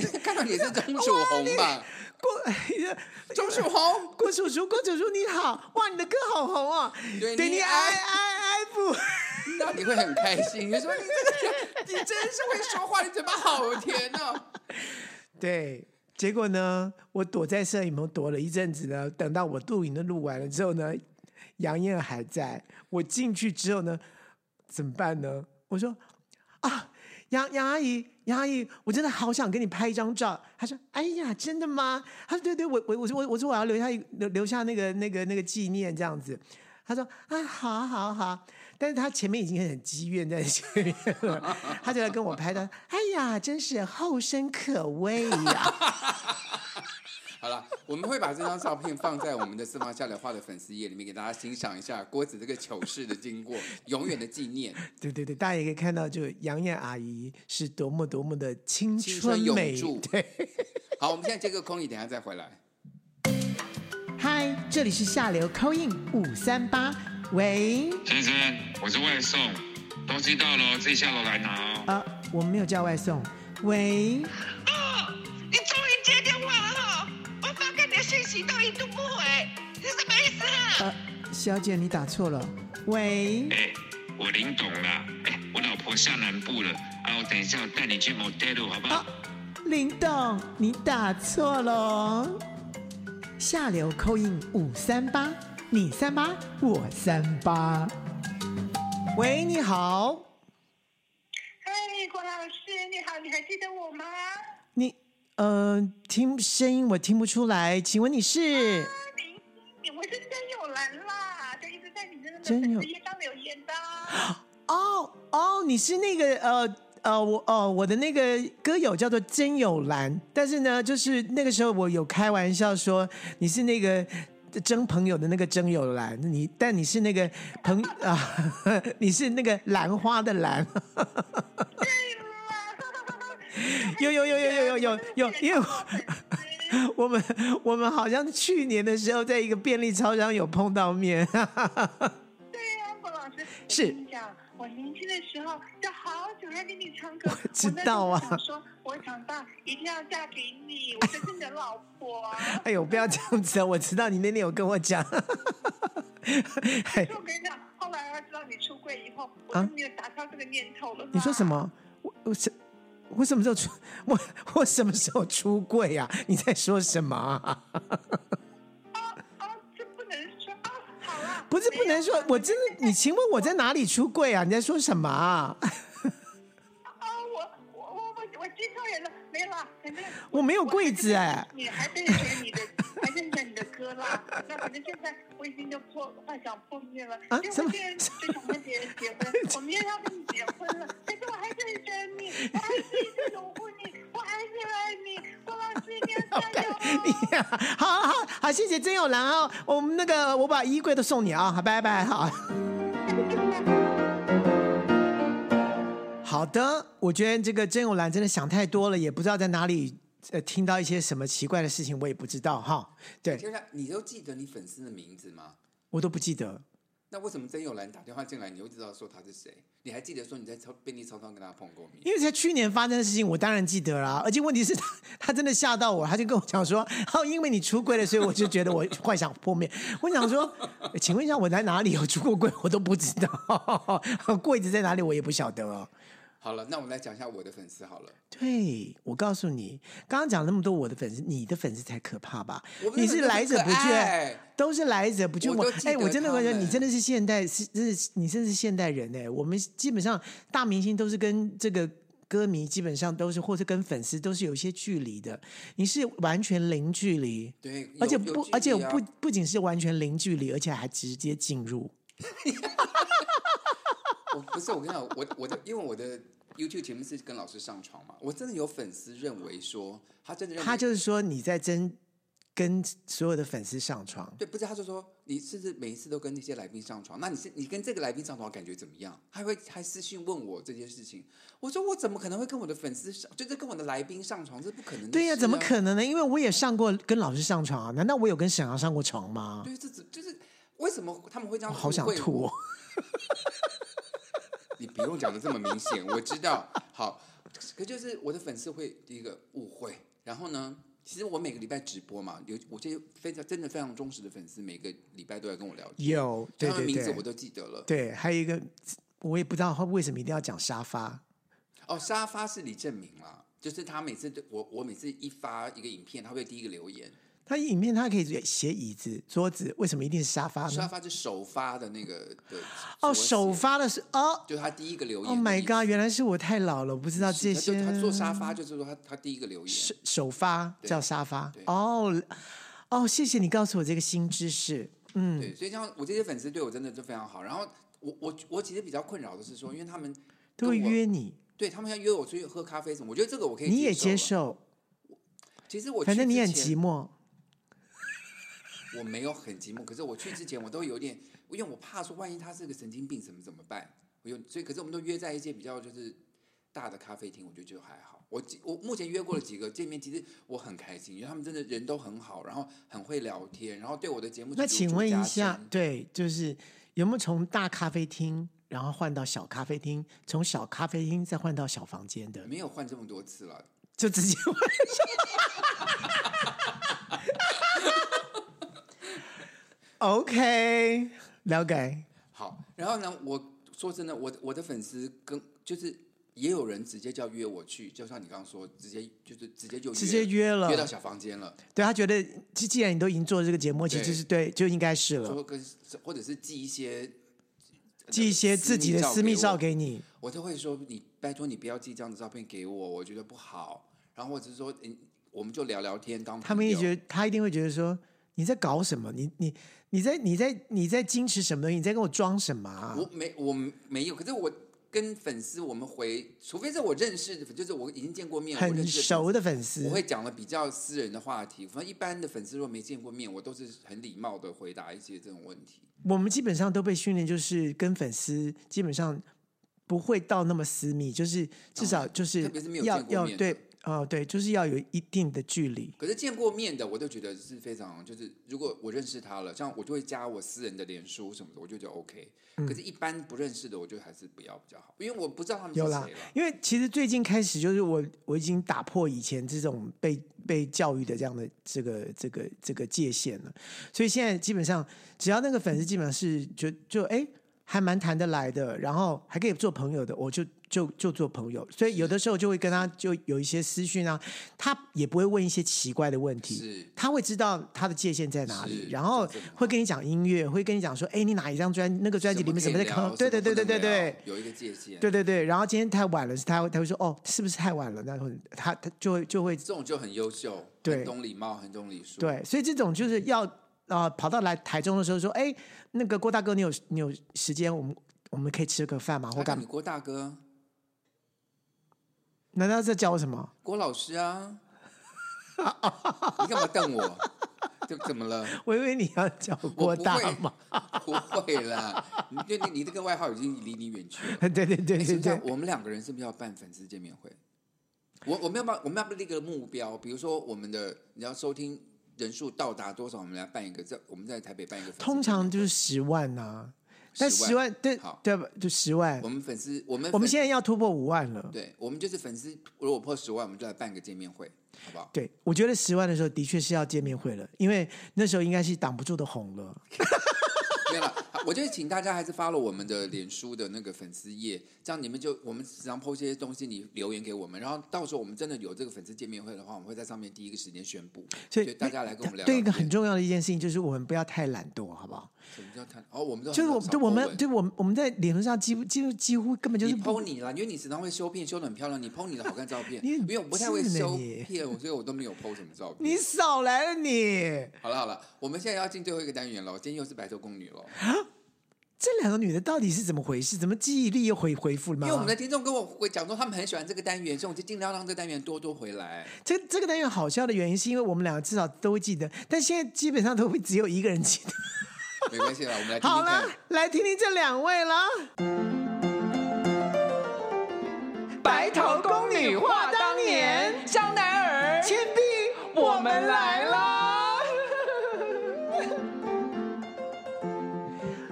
B: 是会看到你是钟楚红吧？
A: 郭
B: 钟楚红。
A: 哎郭叔叔，郭叔叔你好，哇，你的歌好红哦，
B: 对
A: 对
B: 你
A: 你爱
B: 爱
A: 爱爱不。
B: 那你会很开心。你说你这个人，你真是会说话，你嘴巴好甜哦。
A: 对，结果呢，我躲在摄影棚躲了一阵子呢，等到我录影都录完了之后呢，杨燕还在。我进去之后呢，怎么办呢？我说啊，杨杨阿姨，杨阿姨，我真的好想跟你拍一张照。她说，哎呀，真的吗？她说，对对，我我我说我我说我要留下一留留下那个那个那个纪念这样子。她说啊，好啊好啊好啊，但是她前面已经很积怨在前面了，她就来跟我拍的。哎呀，真是后生可畏呀、
B: 好了，我们会把这张照片放在我们的私房下的话的粉丝页里面，给大家欣赏一下郭子这个糗事的经过，永远的纪
A: <laughs>
B: 念。
A: 对对对，大家也可以看到，就杨艳阿姨是多么多么的青
B: 青春永
A: 美。
B: 驻
A: 对，
B: 好，我们现在接个空，你等一下再回来。
A: 嗨，这里是下流 c 印五三八，喂，
C: 先生，我是外送，东西到了哦自己下楼来拿哦。
A: 呃，我们没有叫外送，喂，
D: 哦，你终于接电话了哈、我发给你的讯息都一度不回，是什么意思啊？
A: 呃，小姐你打错了，喂，
C: 哎、我林董啦，哎、我老婆下南部了，啊，我等一下我带你去 motel 好不好？
A: 林董你打错了哦，下流 c 印五三八，你三八我三八，喂，你好，
D: 哎，郭老师，你好，你还记得我吗？
A: 你呃听声音我听不出来，请问你是？
D: 我是真有兰啦，就一直在你的那个
A: 真
D: 粉
A: 有
D: 丝页上留言的啊。
A: 哦哦，你是那个呃呃，我哦我的那个歌友叫做真有兰，但是呢，就是那个时候我有开玩笑说你是那个真朋友的那个真有兰，你但你是那个朋啊， <laughs> 你是那个兰花的兰， <laughs>
D: 对啦，
A: 有有有有有有有有，因为我。我们我们好像去年的时候，在一个便利超商有碰到面， <laughs>
D: 对呀、郭老师，
A: 是
D: 我跟你讲，我年轻的时候就好喜欢听你唱歌，我
A: 知道啊
D: 那时候想说我长大一定要嫁给你，我就是你的老婆啊。
A: 哎呦，不要这样子啊！我知道你那天有跟我讲，哎
D: <laughs> 可是我跟你讲，后来我知道你出柜以后，我就没有打消这个念头了。
A: 啊你说什？么？我我什我什么时候出 <laughs> 我我什么时候出柜啊？你在说什么啊？ <laughs>
D: 啊，这不能说啊！好啦，
A: 不是不能说，我真的，你请问我在哪里出柜啊？你在说什么啊？
D: 啊，我我我我我记错人了，没啦，反正
A: 我没有柜子哎
D: 你还是选你的，还是选你的歌啦。那反正现在我已经就破幻想破灭了，
A: 啊
D: 因为
A: 什
D: 我
A: 么
D: 现在就想跟别人
A: <laughs>
D: 结婚，我明天要跟你结婚了，但是我还是很选你，我还是一直拥护你，我还是爱你，郭老师你要加
A: <laughs>
D: 油哦！
A: 哎你呀、好好好好，谢谢真有兰啊！我们那个我把衣柜都送你啊，好，拜拜，好。好的，我觉得这个真有兰真的想太多了，也不知道在哪里呃听到一些什么奇怪的事情，我也不知道哈。对
B: 就是你都记得你粉丝的名字吗？
A: 我都不记得，
B: 那为什么曾有兰打电话进来，你又知道说他是谁？你还记得说你在超便利超商跟他碰过面？
A: 因为在去年发生的事情，我当然记得啦。而且问题是 <laughs> 他，他真的吓到我，他就跟我讲说：“ <laughs> 哦，因为你出轨了，所以我就觉得我幻想破灭。”我想说， <laughs> 呃请问一下，我在哪里有出过柜？我都不知道， <laughs> 柜子在哪里我也不晓得哦。
B: 好了，那我来讲一下我的粉丝好了。
A: 对，我告诉你，刚刚讲那么多我的粉丝，你的粉丝才可怕吧
B: 我？们
A: 你
B: 的
A: 是
B: 粉丝
A: 来者
B: 很
A: 不
B: 可
A: 拒啊
B: 爱，
A: 都是来者不拒。
B: 我
A: 我
B: 都记
A: 哎，我
B: 得
A: 真的
B: 他
A: 觉得你
B: 们
A: 真的是现代，是真是你真的是现代人哎。我们基本上大明星都是跟这个歌迷基本上都是，或者跟粉丝都是有一些距离的。你是完全零距离，
B: 对，有
A: 而且
B: 有
A: 不
B: 距，
A: 而且
B: 离啊
A: 不不仅是完全零距离，而且还直接进入。
B: 我不是我跟你讲，我我的因为我的 YouTube 节目是跟老师上床嘛，我真的有粉丝认为说他真的认为
A: 他就是说你在真跟所有的粉丝上床。
B: 对，不是他就说你是不是每一次都跟那些来宾上床？那你是你跟这个来宾上床感觉怎么样？还会还私信问我这件事情，我说我怎么可能会跟我的粉丝上，就是跟我的来宾上床，这不可能的、啊
A: 对呀、怎么
B: 能？
A: 可能呢？因为我也上过跟老师上床啊，难道我有跟沈阳上过床吗？
B: 对，这只就是为什么他们会这样？
A: 我好想吐、！哦。
B: 你不用讲的这么明显，我知道。好，可就是我的粉丝会第一个误会，然后呢，其实我每个礼拜直播嘛，有我这些非常真的非常忠实的粉丝，每个礼拜都来跟我聊天，
A: <laughs> 有，对
B: 他们
A: 对
B: 名字我
A: 对，
B: 都记得了。
A: 对，还有一个我也不知道他为什么一定要讲沙发。
B: 哦，沙发是李正明啦，就是他每次对我我每次一发一个影片，他会第一个留言。
A: 他影片他可以写椅子、桌子，为什么一定是沙发
B: 沙
A: 呢？
B: 发是首发的那个的
A: 哦，
B: 缩写
A: 首发的是哦
B: 就他第一个留言
A: ，Oh my
B: 的意思
A: god，原来是我太老了，我不知道这
B: 是他
A: 些。
B: 就他做沙发就是说他他第一个留言，
A: 首首发
B: 对
A: 叫沙发
B: 对
A: 哦哦，谢谢你告诉我这个新知识。嗯
B: 对，所以像我这些粉丝对我真的就非常好。然后我我我其实比较困扰的是说，因为他们
A: 都会
B: 跟我
A: 约你，
B: 对他们要约我出去喝咖啡什么，我觉得这个我可以
A: 你也接
B: 了。
A: 受，
B: 其实我
A: 反
B: 去
A: 正你
B: 之
A: 很
B: 前
A: 寂寞。
B: 我没有很寂寞，可是我去之前我都有点，因为我怕说万一他是个神经病，怎么怎么办？我有，所以可是我们都约在一些比较就是大的咖啡厅，我觉得就还好。我几我目前约过了几个见面，其实我很开心，因为他们真的人都很好，然后很会聊天，然后对我的节目
A: 那
B: 是如
A: 请
B: 数
A: 问
B: 家
A: 一下
B: 珍，
A: 对，就是有没有从大咖啡厅，然后换到小咖啡厅，从小咖啡厅再换到小房间的，
B: 没有换这么多次了，
A: 就直接换小。OK，了解。
B: 好，然后呢，我说真的，我我的粉丝跟就是也有人直接叫约我去，就像你刚刚说，直接就是直接就约
A: 直接约了
B: 约到小房间了，
A: 对他觉得，既既然你都已经做这个节目，其实
B: 对
A: 是对，就应该是了，
B: 说跟或者是寄一些呃
A: 寄一些自己的私密照
B: 我
A: 给你。
B: 我都会说你拜托你不要寄这样的照片给我，我觉得不好。然后或者是说，嗯，我们就聊聊天，当
A: 他们也
B: 朋友
A: 觉得，他一定会觉得说你在搞什么？你你你在你在你在矜持什么东西？你在跟我装什么啊？
B: 我没我没有，可是我跟粉丝我们回，除非是我认识的，就是我已经见过面，我
A: 很
B: 认识的粉丝
A: 熟的粉丝，
B: 我会讲了比较私人的话题，反正一般的粉丝如果没见过面，我都是很礼貌的回答一些这种问题。
A: 我们基本上都被训练，就是跟粉丝基本上不会到那么私密，就是至少就是
B: 哦特别是没有
A: 要
B: 见过
A: 要
B: 面的
A: 对哦、对，就是要有一定的距离。
B: 可是见过面的，我都觉得是非常，就是如果我认识他了，像我就会加我私人的脸书什么的，我就觉得 OK。可
A: 嗯
B: 是，一般不认识的，我就还是不要比较好，因为我不知道他们是
A: 有
B: 谁
A: 啦
B: 了。，
A: 因为其实最近开始就是我我已经打破以前这种被被教育的这样的这个这个这个界限了，所以现在基本上只要那个粉丝基本上是就就哎还蛮谈得来的，然后还可以做朋友的，我就就就做朋友。所以有的时候就会跟他就有一些私讯啊，他也不会问一些奇怪的问题，
B: 是
A: 他会知道他的界限在哪里
B: 是，
A: 然后
B: 这真的好
A: 会跟你讲音乐，会跟你讲说，哎，你哪一张专那个 <laughs> 专辑里面什么在
B: 可以聊
A: 坑，对对
B: 什么
A: 对
B: 不
A: 对对
B: 能聊
A: 对。
B: 有一个界限。
A: 对，对对，然后今天太晚了，是他他会说哦，是不是太晚了？那会他他就会就会
B: 这种就很优秀，
A: 对
B: 很懂礼貌，很懂礼数。，
A: 对，所以这种就是要啊、呃跑到来台中的时候说，哎，那个郭大哥，你有你有时间，我们我们可以吃个饭吗？或
B: 我
A: 干
B: 你
A: 嘛？
B: 郭大哥、
A: 难道在教我什么？
B: 郭老
A: <laughs>
B: 师啊，你干嘛瞪我？ <laughs> 怎怎么了？
A: 我以为你要教郭大嘛？
B: 不会啦，你就你你这个外号已经离你远去了。
A: 对 <laughs> 对对对
B: 哎是
A: 对
B: 不是
A: 对
B: 要，我们两个人是不是要办粉丝见面会？我我们要不要我们要不要立个目标？比如说我们的你要收听人数到达多少，我们来办一个在我们在台北办一个粉丝见面
A: 通
B: 会。
A: 常就是十万呐、但十万对
B: 好
A: 对吧就十万
B: 我，们粉丝我们
A: 我们
B: 粉
A: 现在要突破五万了。
B: 对，我们就是粉丝，如果破十万，我们就来办个见面会，好不好？ <laughs>
A: 对，我觉得十万的时候的确是要见面会了，因为那时候应该是挡不住的红了。
B: 没有了，我就请大家还是 follow 我们的脸书的那个粉丝页，这样你们就我们时常 po 些东西，你留言给我们，然后到时候我们真的有这个粉丝见面会的话，我们会在上面第一个时间宣布，
A: 所以
B: 大家来跟我们聊聊天。
A: 对一个很重要的一件事情就是我们不要太懒惰，好不好？
B: 什么叫看？哦，我们都
A: 就是我
B: 很少
A: 对我
B: po
A: 们
B: 文
A: 对我们我们在脸书上几乎几乎几乎根本就是
B: 你
A: 不
B: PO 你啦，因为你时常会修片，修的很漂亮，你 PO 你的好看照片
A: <laughs> ，你很
B: 因为我不太会
A: 智呢
B: 修
A: 你
B: <laughs> 片，我所以我都没有 PO 什么照片。
A: 你少来了你！
B: 好了好了，我们现在要进最后一个单元了，今天又是白头宫女了，
A: 这两个女的到底是怎么回事？怎么记忆力又回回复了
B: 因
A: 吗？
B: 为我们的听众跟我会讲说他们很喜欢这个单元，所以我就尽量让这个单元多多回来。
A: 这这个单元好笑的原因是因为我们两个至少都会记得，但现在基本上都会只有一个人记得。
B: 没关系啦，我们来听
A: 好
B: 听
A: 啦
B: 看。，
A: 来听听这两位啦。白头宫女话当年，
E: 香奈儿，
A: 倩碧，
E: 我们来啦！
A: <laughs>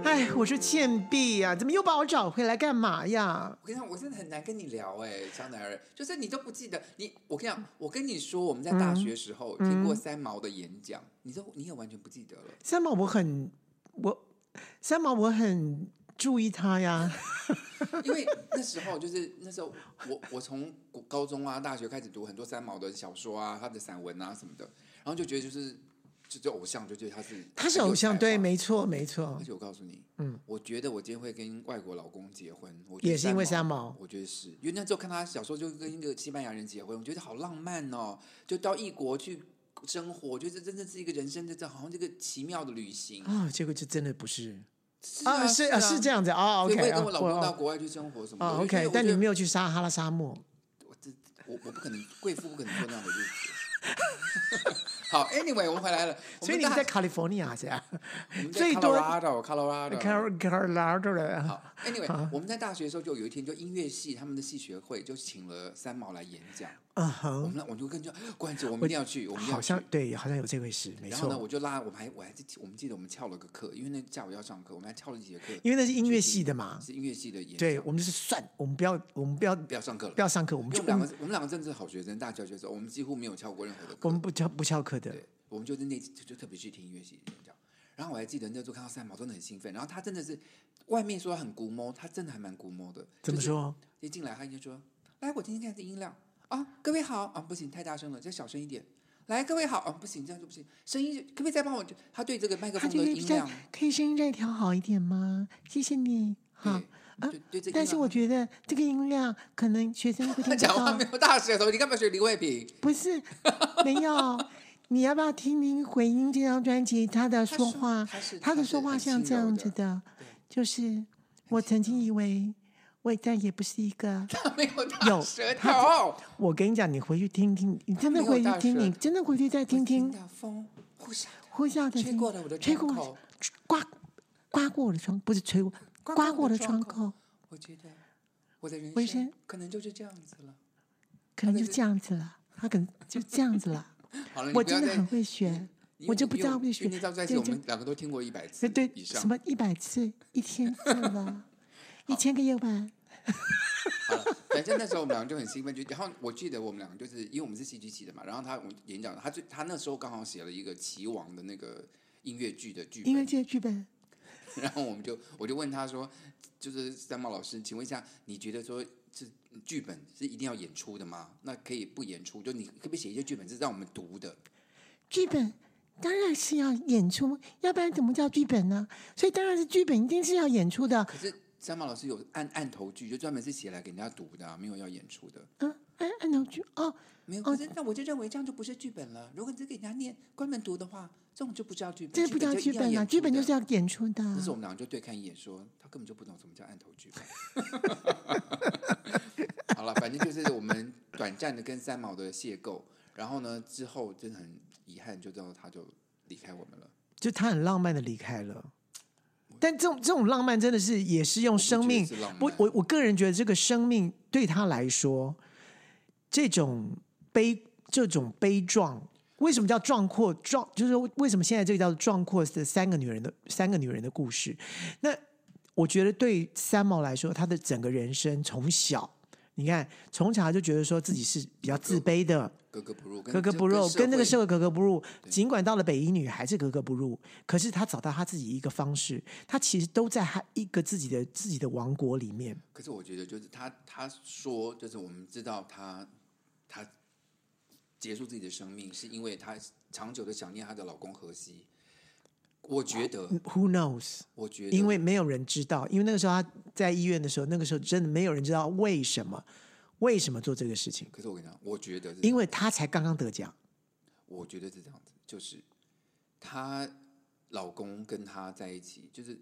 A: 哎，我说倩碧呀、怎么又把我找回来干嘛呀？
B: 我跟你讲，我真的很难跟你聊哎、香奈儿，就是你都不记得你。我跟你讲，我跟你说，我们在大学时
A: 嗯
B: 候听过三毛的演讲，你都你也完全不记得了。
A: 三毛，我很我三毛，我很注意他
B: <laughs>
A: 呀。
B: 因为那时候就是那时候我我从国高中啊、大学开始读很多三毛的小说啊、他的散文啊什么的，然后就觉得就是就是偶像，就觉得他是
A: 他是偶像，对，。
B: 很有才华
A: 没错，没错
B: <laughs> 而。且我告诉你，
A: 嗯
B: 嗯，我觉得我今天会跟外国老公结婚，我觉得
A: 也是因为三毛
B: 我觉得是，因为那时候看他小时候就跟一个西班牙人结婚，我觉得好浪漫哦，就到异国去生活，我觉得这真的是一个人生的这好像这个奇妙的旅行
A: 啊、结果就真的不是哦
B: 是啊，
A: 是
B: 啊，
A: 是这。样子啊。
B: 所以
A: OK，
B: 我也
A: 啊
B: 跟我老公到
A: 我
B: 国外去生活什么的
E: 哦
A: 啊
B: 我觉得
A: ，OK，
B: 我
A: 但
B: 觉
A: 你
B: 得
A: 没有去撒哈拉沙漠。
B: 我这我我不可能，贵妇不可能过那样的日子。好， <laughs> 好，Anyway，我们回来了。我
E: 所以
B: 们
E: 你是
B: 大
E: 在 California 是吧？
B: 我们在
E: 最多 <laughs>
B: Colorado，Colorado。
E: Car Colorado 啊人
B: 呃好，Anyway，我们在大学的时候就有一天，就音乐系他们的系学会就请了三毛来演讲，
E: 嗯
B: 我
E: 哼，
B: 们我就跟着关姐，我们一定要去，我们一定
E: 好
B: 要去
E: 像。对，好像有这回事，没
B: 然后呢，
E: 错
B: 我。就拉，我们还我还记我们记得我们翘了个课，因为那下午要上课，我们还翘了一节课，
E: 因为那是音乐系的嘛
B: 是音乐系的演
E: 对，
B: 讲
E: 我们就是算，我们不要，我们不要，
B: 不
E: 不
B: 要上课了，
E: 要上课，我们
B: 因为
E: 就
B: 我们两个我们两个真的是好学生，大学学生，我们几乎没有翘过任何的课，
E: 我们不翘不翘课的，
B: 对，我们就是那就就特别去听音乐系的演讲。然后我还记得那时候看到三毛真的很兴奋，然后他真的是外面说他很古摸，他真的还蛮古摸的。
E: 怎么
B: 就是
E: 说？
B: 一进来，他就说：“来，我听听看这音量啊，各位好啊，不行，太大声了，再小声一点。来，各位好啊，不行，这样就不行，声音可不可以再帮我？他对这个麦克
E: 他
B: 风
E: 觉
B: 的
E: 得
B: 音
E: 再
B: 量，
E: 可以声音再调好一点吗？谢谢你，好
B: 对。
E: 啊
B: 对对这音量，
E: 但是我觉得这个音量可能学生
B: <laughs>
E: 会
B: 他
E: 听不
B: 讲话
E: 到啊
B: 没，有大舌头，你干嘛学李慧萍？
E: 不是
B: <laughs>
E: 没有。你要不要听听《回音》这张专辑？他的
B: 他
E: 说
B: 说
E: 话
B: 他是，
E: 他
B: 他
E: 的
B: 是
E: 说话
B: 很
E: 像
B: 轻
E: 这
B: 柔
E: 样
B: 的
E: 子的，就是我曾经以为我再也不是一
B: <laughs>
E: 个
B: 他没有大
E: <laughs> 有
B: 舌
E: 他
B: 头。
E: 我跟你讲，你回去听听，你真的
B: 没有
E: 回
B: 大
E: 去听，
B: 舌
E: 你真的回去再听听
B: 我到风呼啸，
E: 呼啸的
B: 吹
E: 声音
B: 过了我的
E: 吹
B: 窗
E: 过
B: 口
E: 我，刮刮过我的窗，不是吹过，
B: 刮
E: 刮
B: 过我
E: 过
B: 的
E: 的
B: 窗
E: 窗
B: 口
E: 口，
B: 我觉得我的人
E: 我一
B: 生
E: 生
B: 可能就是这样子了。
E: 可能
B: 那
E: 就是这样子了，他可能就这样 <laughs> 子了。
B: 好了，你
E: 我
B: 不要
E: 真的
B: 再
E: 很会学，
B: 因为
E: 我就
B: 你
E: 不知道
B: 因为
E: 会学，
B: 因为那张专辑我
E: 就
B: 们两个都听过一百次
E: 对对
B: 以上
E: 什。么一百次、一千次 <laughs> 了，一千个夜晚，
B: 好了，反正那时候我们两个就很兴奋，就然后我记得我们两个就是因为我们是戏剧系的嘛，然后他我们演讲，他就他那时候刚好写了一个《棋王》的那个音乐剧的剧
E: 因为
B: 本，
E: 这个剧本
B: 然后我们就我就问他说，就是三毛老师，请问一下，你觉得说这剧本是一定要演出的吗？那可以不演出，就你可不可以写一些剧本是让我们读的？
E: 剧本。当然是要演出，要不然怎么叫剧本呢？所以当然是剧本，一定是要演出的。
B: 可是三毛老师有按按头剧，就专门是写来给人家读的、啊，没有要演出的。
E: 嗯，按按头剧哦，
B: 没有，
E: 哦
B: 可是那我就认为这样就不是剧本了。如果你只给人家念关门读的话，这种就不叫剧本，
E: 这不叫
B: 就
E: 剧
B: 一定要
E: 本了，啊
B: 演
E: 剧
B: 出
E: 本
B: 的
E: 就是要演出的。
B: 那时候我们两个就对看一眼说，他根本就不懂什么叫按头剧本。 <laughs> 好了，反正就是我们短暂的跟三毛的邂逅，然后呢之后真的很遗憾，就知道他就离开我们了。
E: 就他很浪漫的离开了。但这种这种浪漫真的是也是用生
B: 我
E: 命
B: 不觉得是浪，
E: 我
B: 漫
E: 我我个人觉得这个生命对他来说，这种悲这种悲壮，为什么叫壮阔壮？就是为什么现在这个叫做壮阔的三个女人的三个女人的故事？那我觉得对三毛来说，他的整个人生从小，你看从小他就觉得说自己是比较自卑的，
B: 格格不入，跟
E: 格格不入，跟那个社
B: 会
E: 会格格不入。尽管到了北医女还是格格不入，可是她找到她自己一个方式，她其实都在她一个自己的自己的王国里面。
B: 可是我觉得就是他他说就是我们知道他他结束自己的生命，是因为他长久的想念她的老公荷西。我觉得，
E: Who knows？
B: 我觉得，
E: 哦嗯因为没有人知道，因为那个时候她在医院的时候，那个时候真的没有人知道为什么为什么做这个事情，
B: 可是我跟你讲，我觉得是这样，
E: 因为她才刚刚得奖。
B: 我觉得是这样子，就是她老公跟她在一起，就是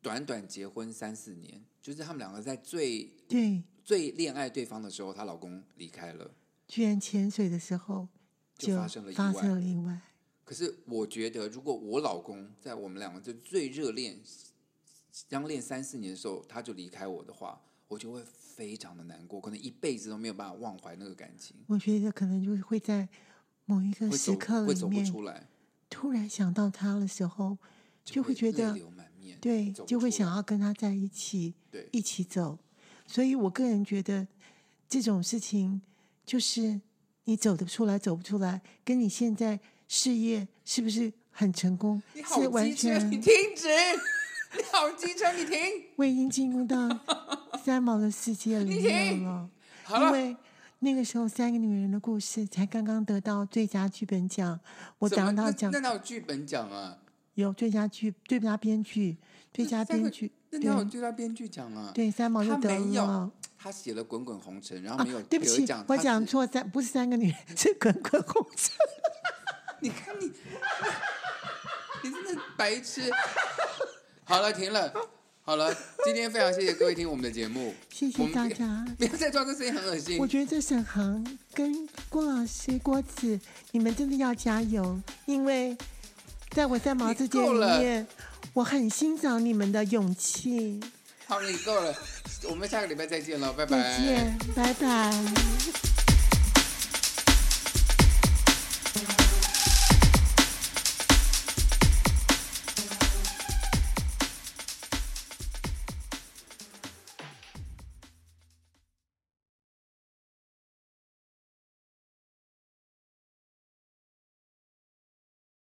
B: 短短结婚三四年，就是他们两个在最
E: 对，
B: 最恋爱对方的时候，她老公离开了。
E: 居然潜水的时候
B: 就发生了意
E: 发
B: 外
E: 生了意外。
B: 可是我觉得，如果我老公在我们两个就最热恋、相恋三四年的时候，他就离开我的话，我就会非常的难过，可能一辈子都没有办法忘怀那个感情，
E: 我觉得可能就会在某一个
B: 会
E: 时
B: 走
E: 刻
B: 会
E: 里
B: 走不
E: 面，
B: 出来，
E: 突然想到他的时候，就会觉得
B: 泪流满面，
E: 对
B: 走，不
E: 就会
B: 出
E: 想
B: 来
E: 要跟他在一起，
B: 对
E: 一起走。所以我个人觉得这种事情，就是你走得出来，走不出来，跟你现在事业是不是很成功
B: 你，好
E: 是完
B: 机车，你
E: 全
B: 停止！你好机车，你停！
E: 我已经进入到三毛的世界里
B: 你
E: 面
B: 停
E: 了。
B: <laughs> 好
E: 因
B: 了，
E: 为那个时候，三个女人的故事才刚刚得到最佳剧本奖，我
B: 怎么
E: 拿到
B: 那
E: 奖
B: 那哪有剧本奖啊？
E: 有最佳剧、最佳编剧、最佳
B: 三个
E: 编剧，
B: 那哪有
E: 对
B: 最佳编剧奖啊？
E: 对，三毛
B: 他
E: 又得
B: 没有
E: 了。，
B: 他写了《滚滚红尘》，然后没有
E: 啊、对不
B: 得
E: 起
B: 奖，
E: 我
B: 他
E: 讲
B: 是。
E: 错三不是三个女人，是滚
B: <laughs>
E: 滚红尘。
B: 你看你， <laughs> 你真的白痴。好了，停了。好了，今天非常谢谢各位听我们的节目，
E: <laughs> 谢
B: 我
E: 谢
B: 们
E: 大家。
B: <laughs> 不要再装这声音很恶心
E: 我。觉得沈航跟郭老师、郭子，你们真的要加油，因为在我三毛
B: 你
E: 之间
B: 够
E: 里
B: 了
E: 面，我很欣赏你们的勇气。
B: 好了，你够了，我们下个礼拜再见了，拜
E: 再
B: 拜。
E: 见，拜拜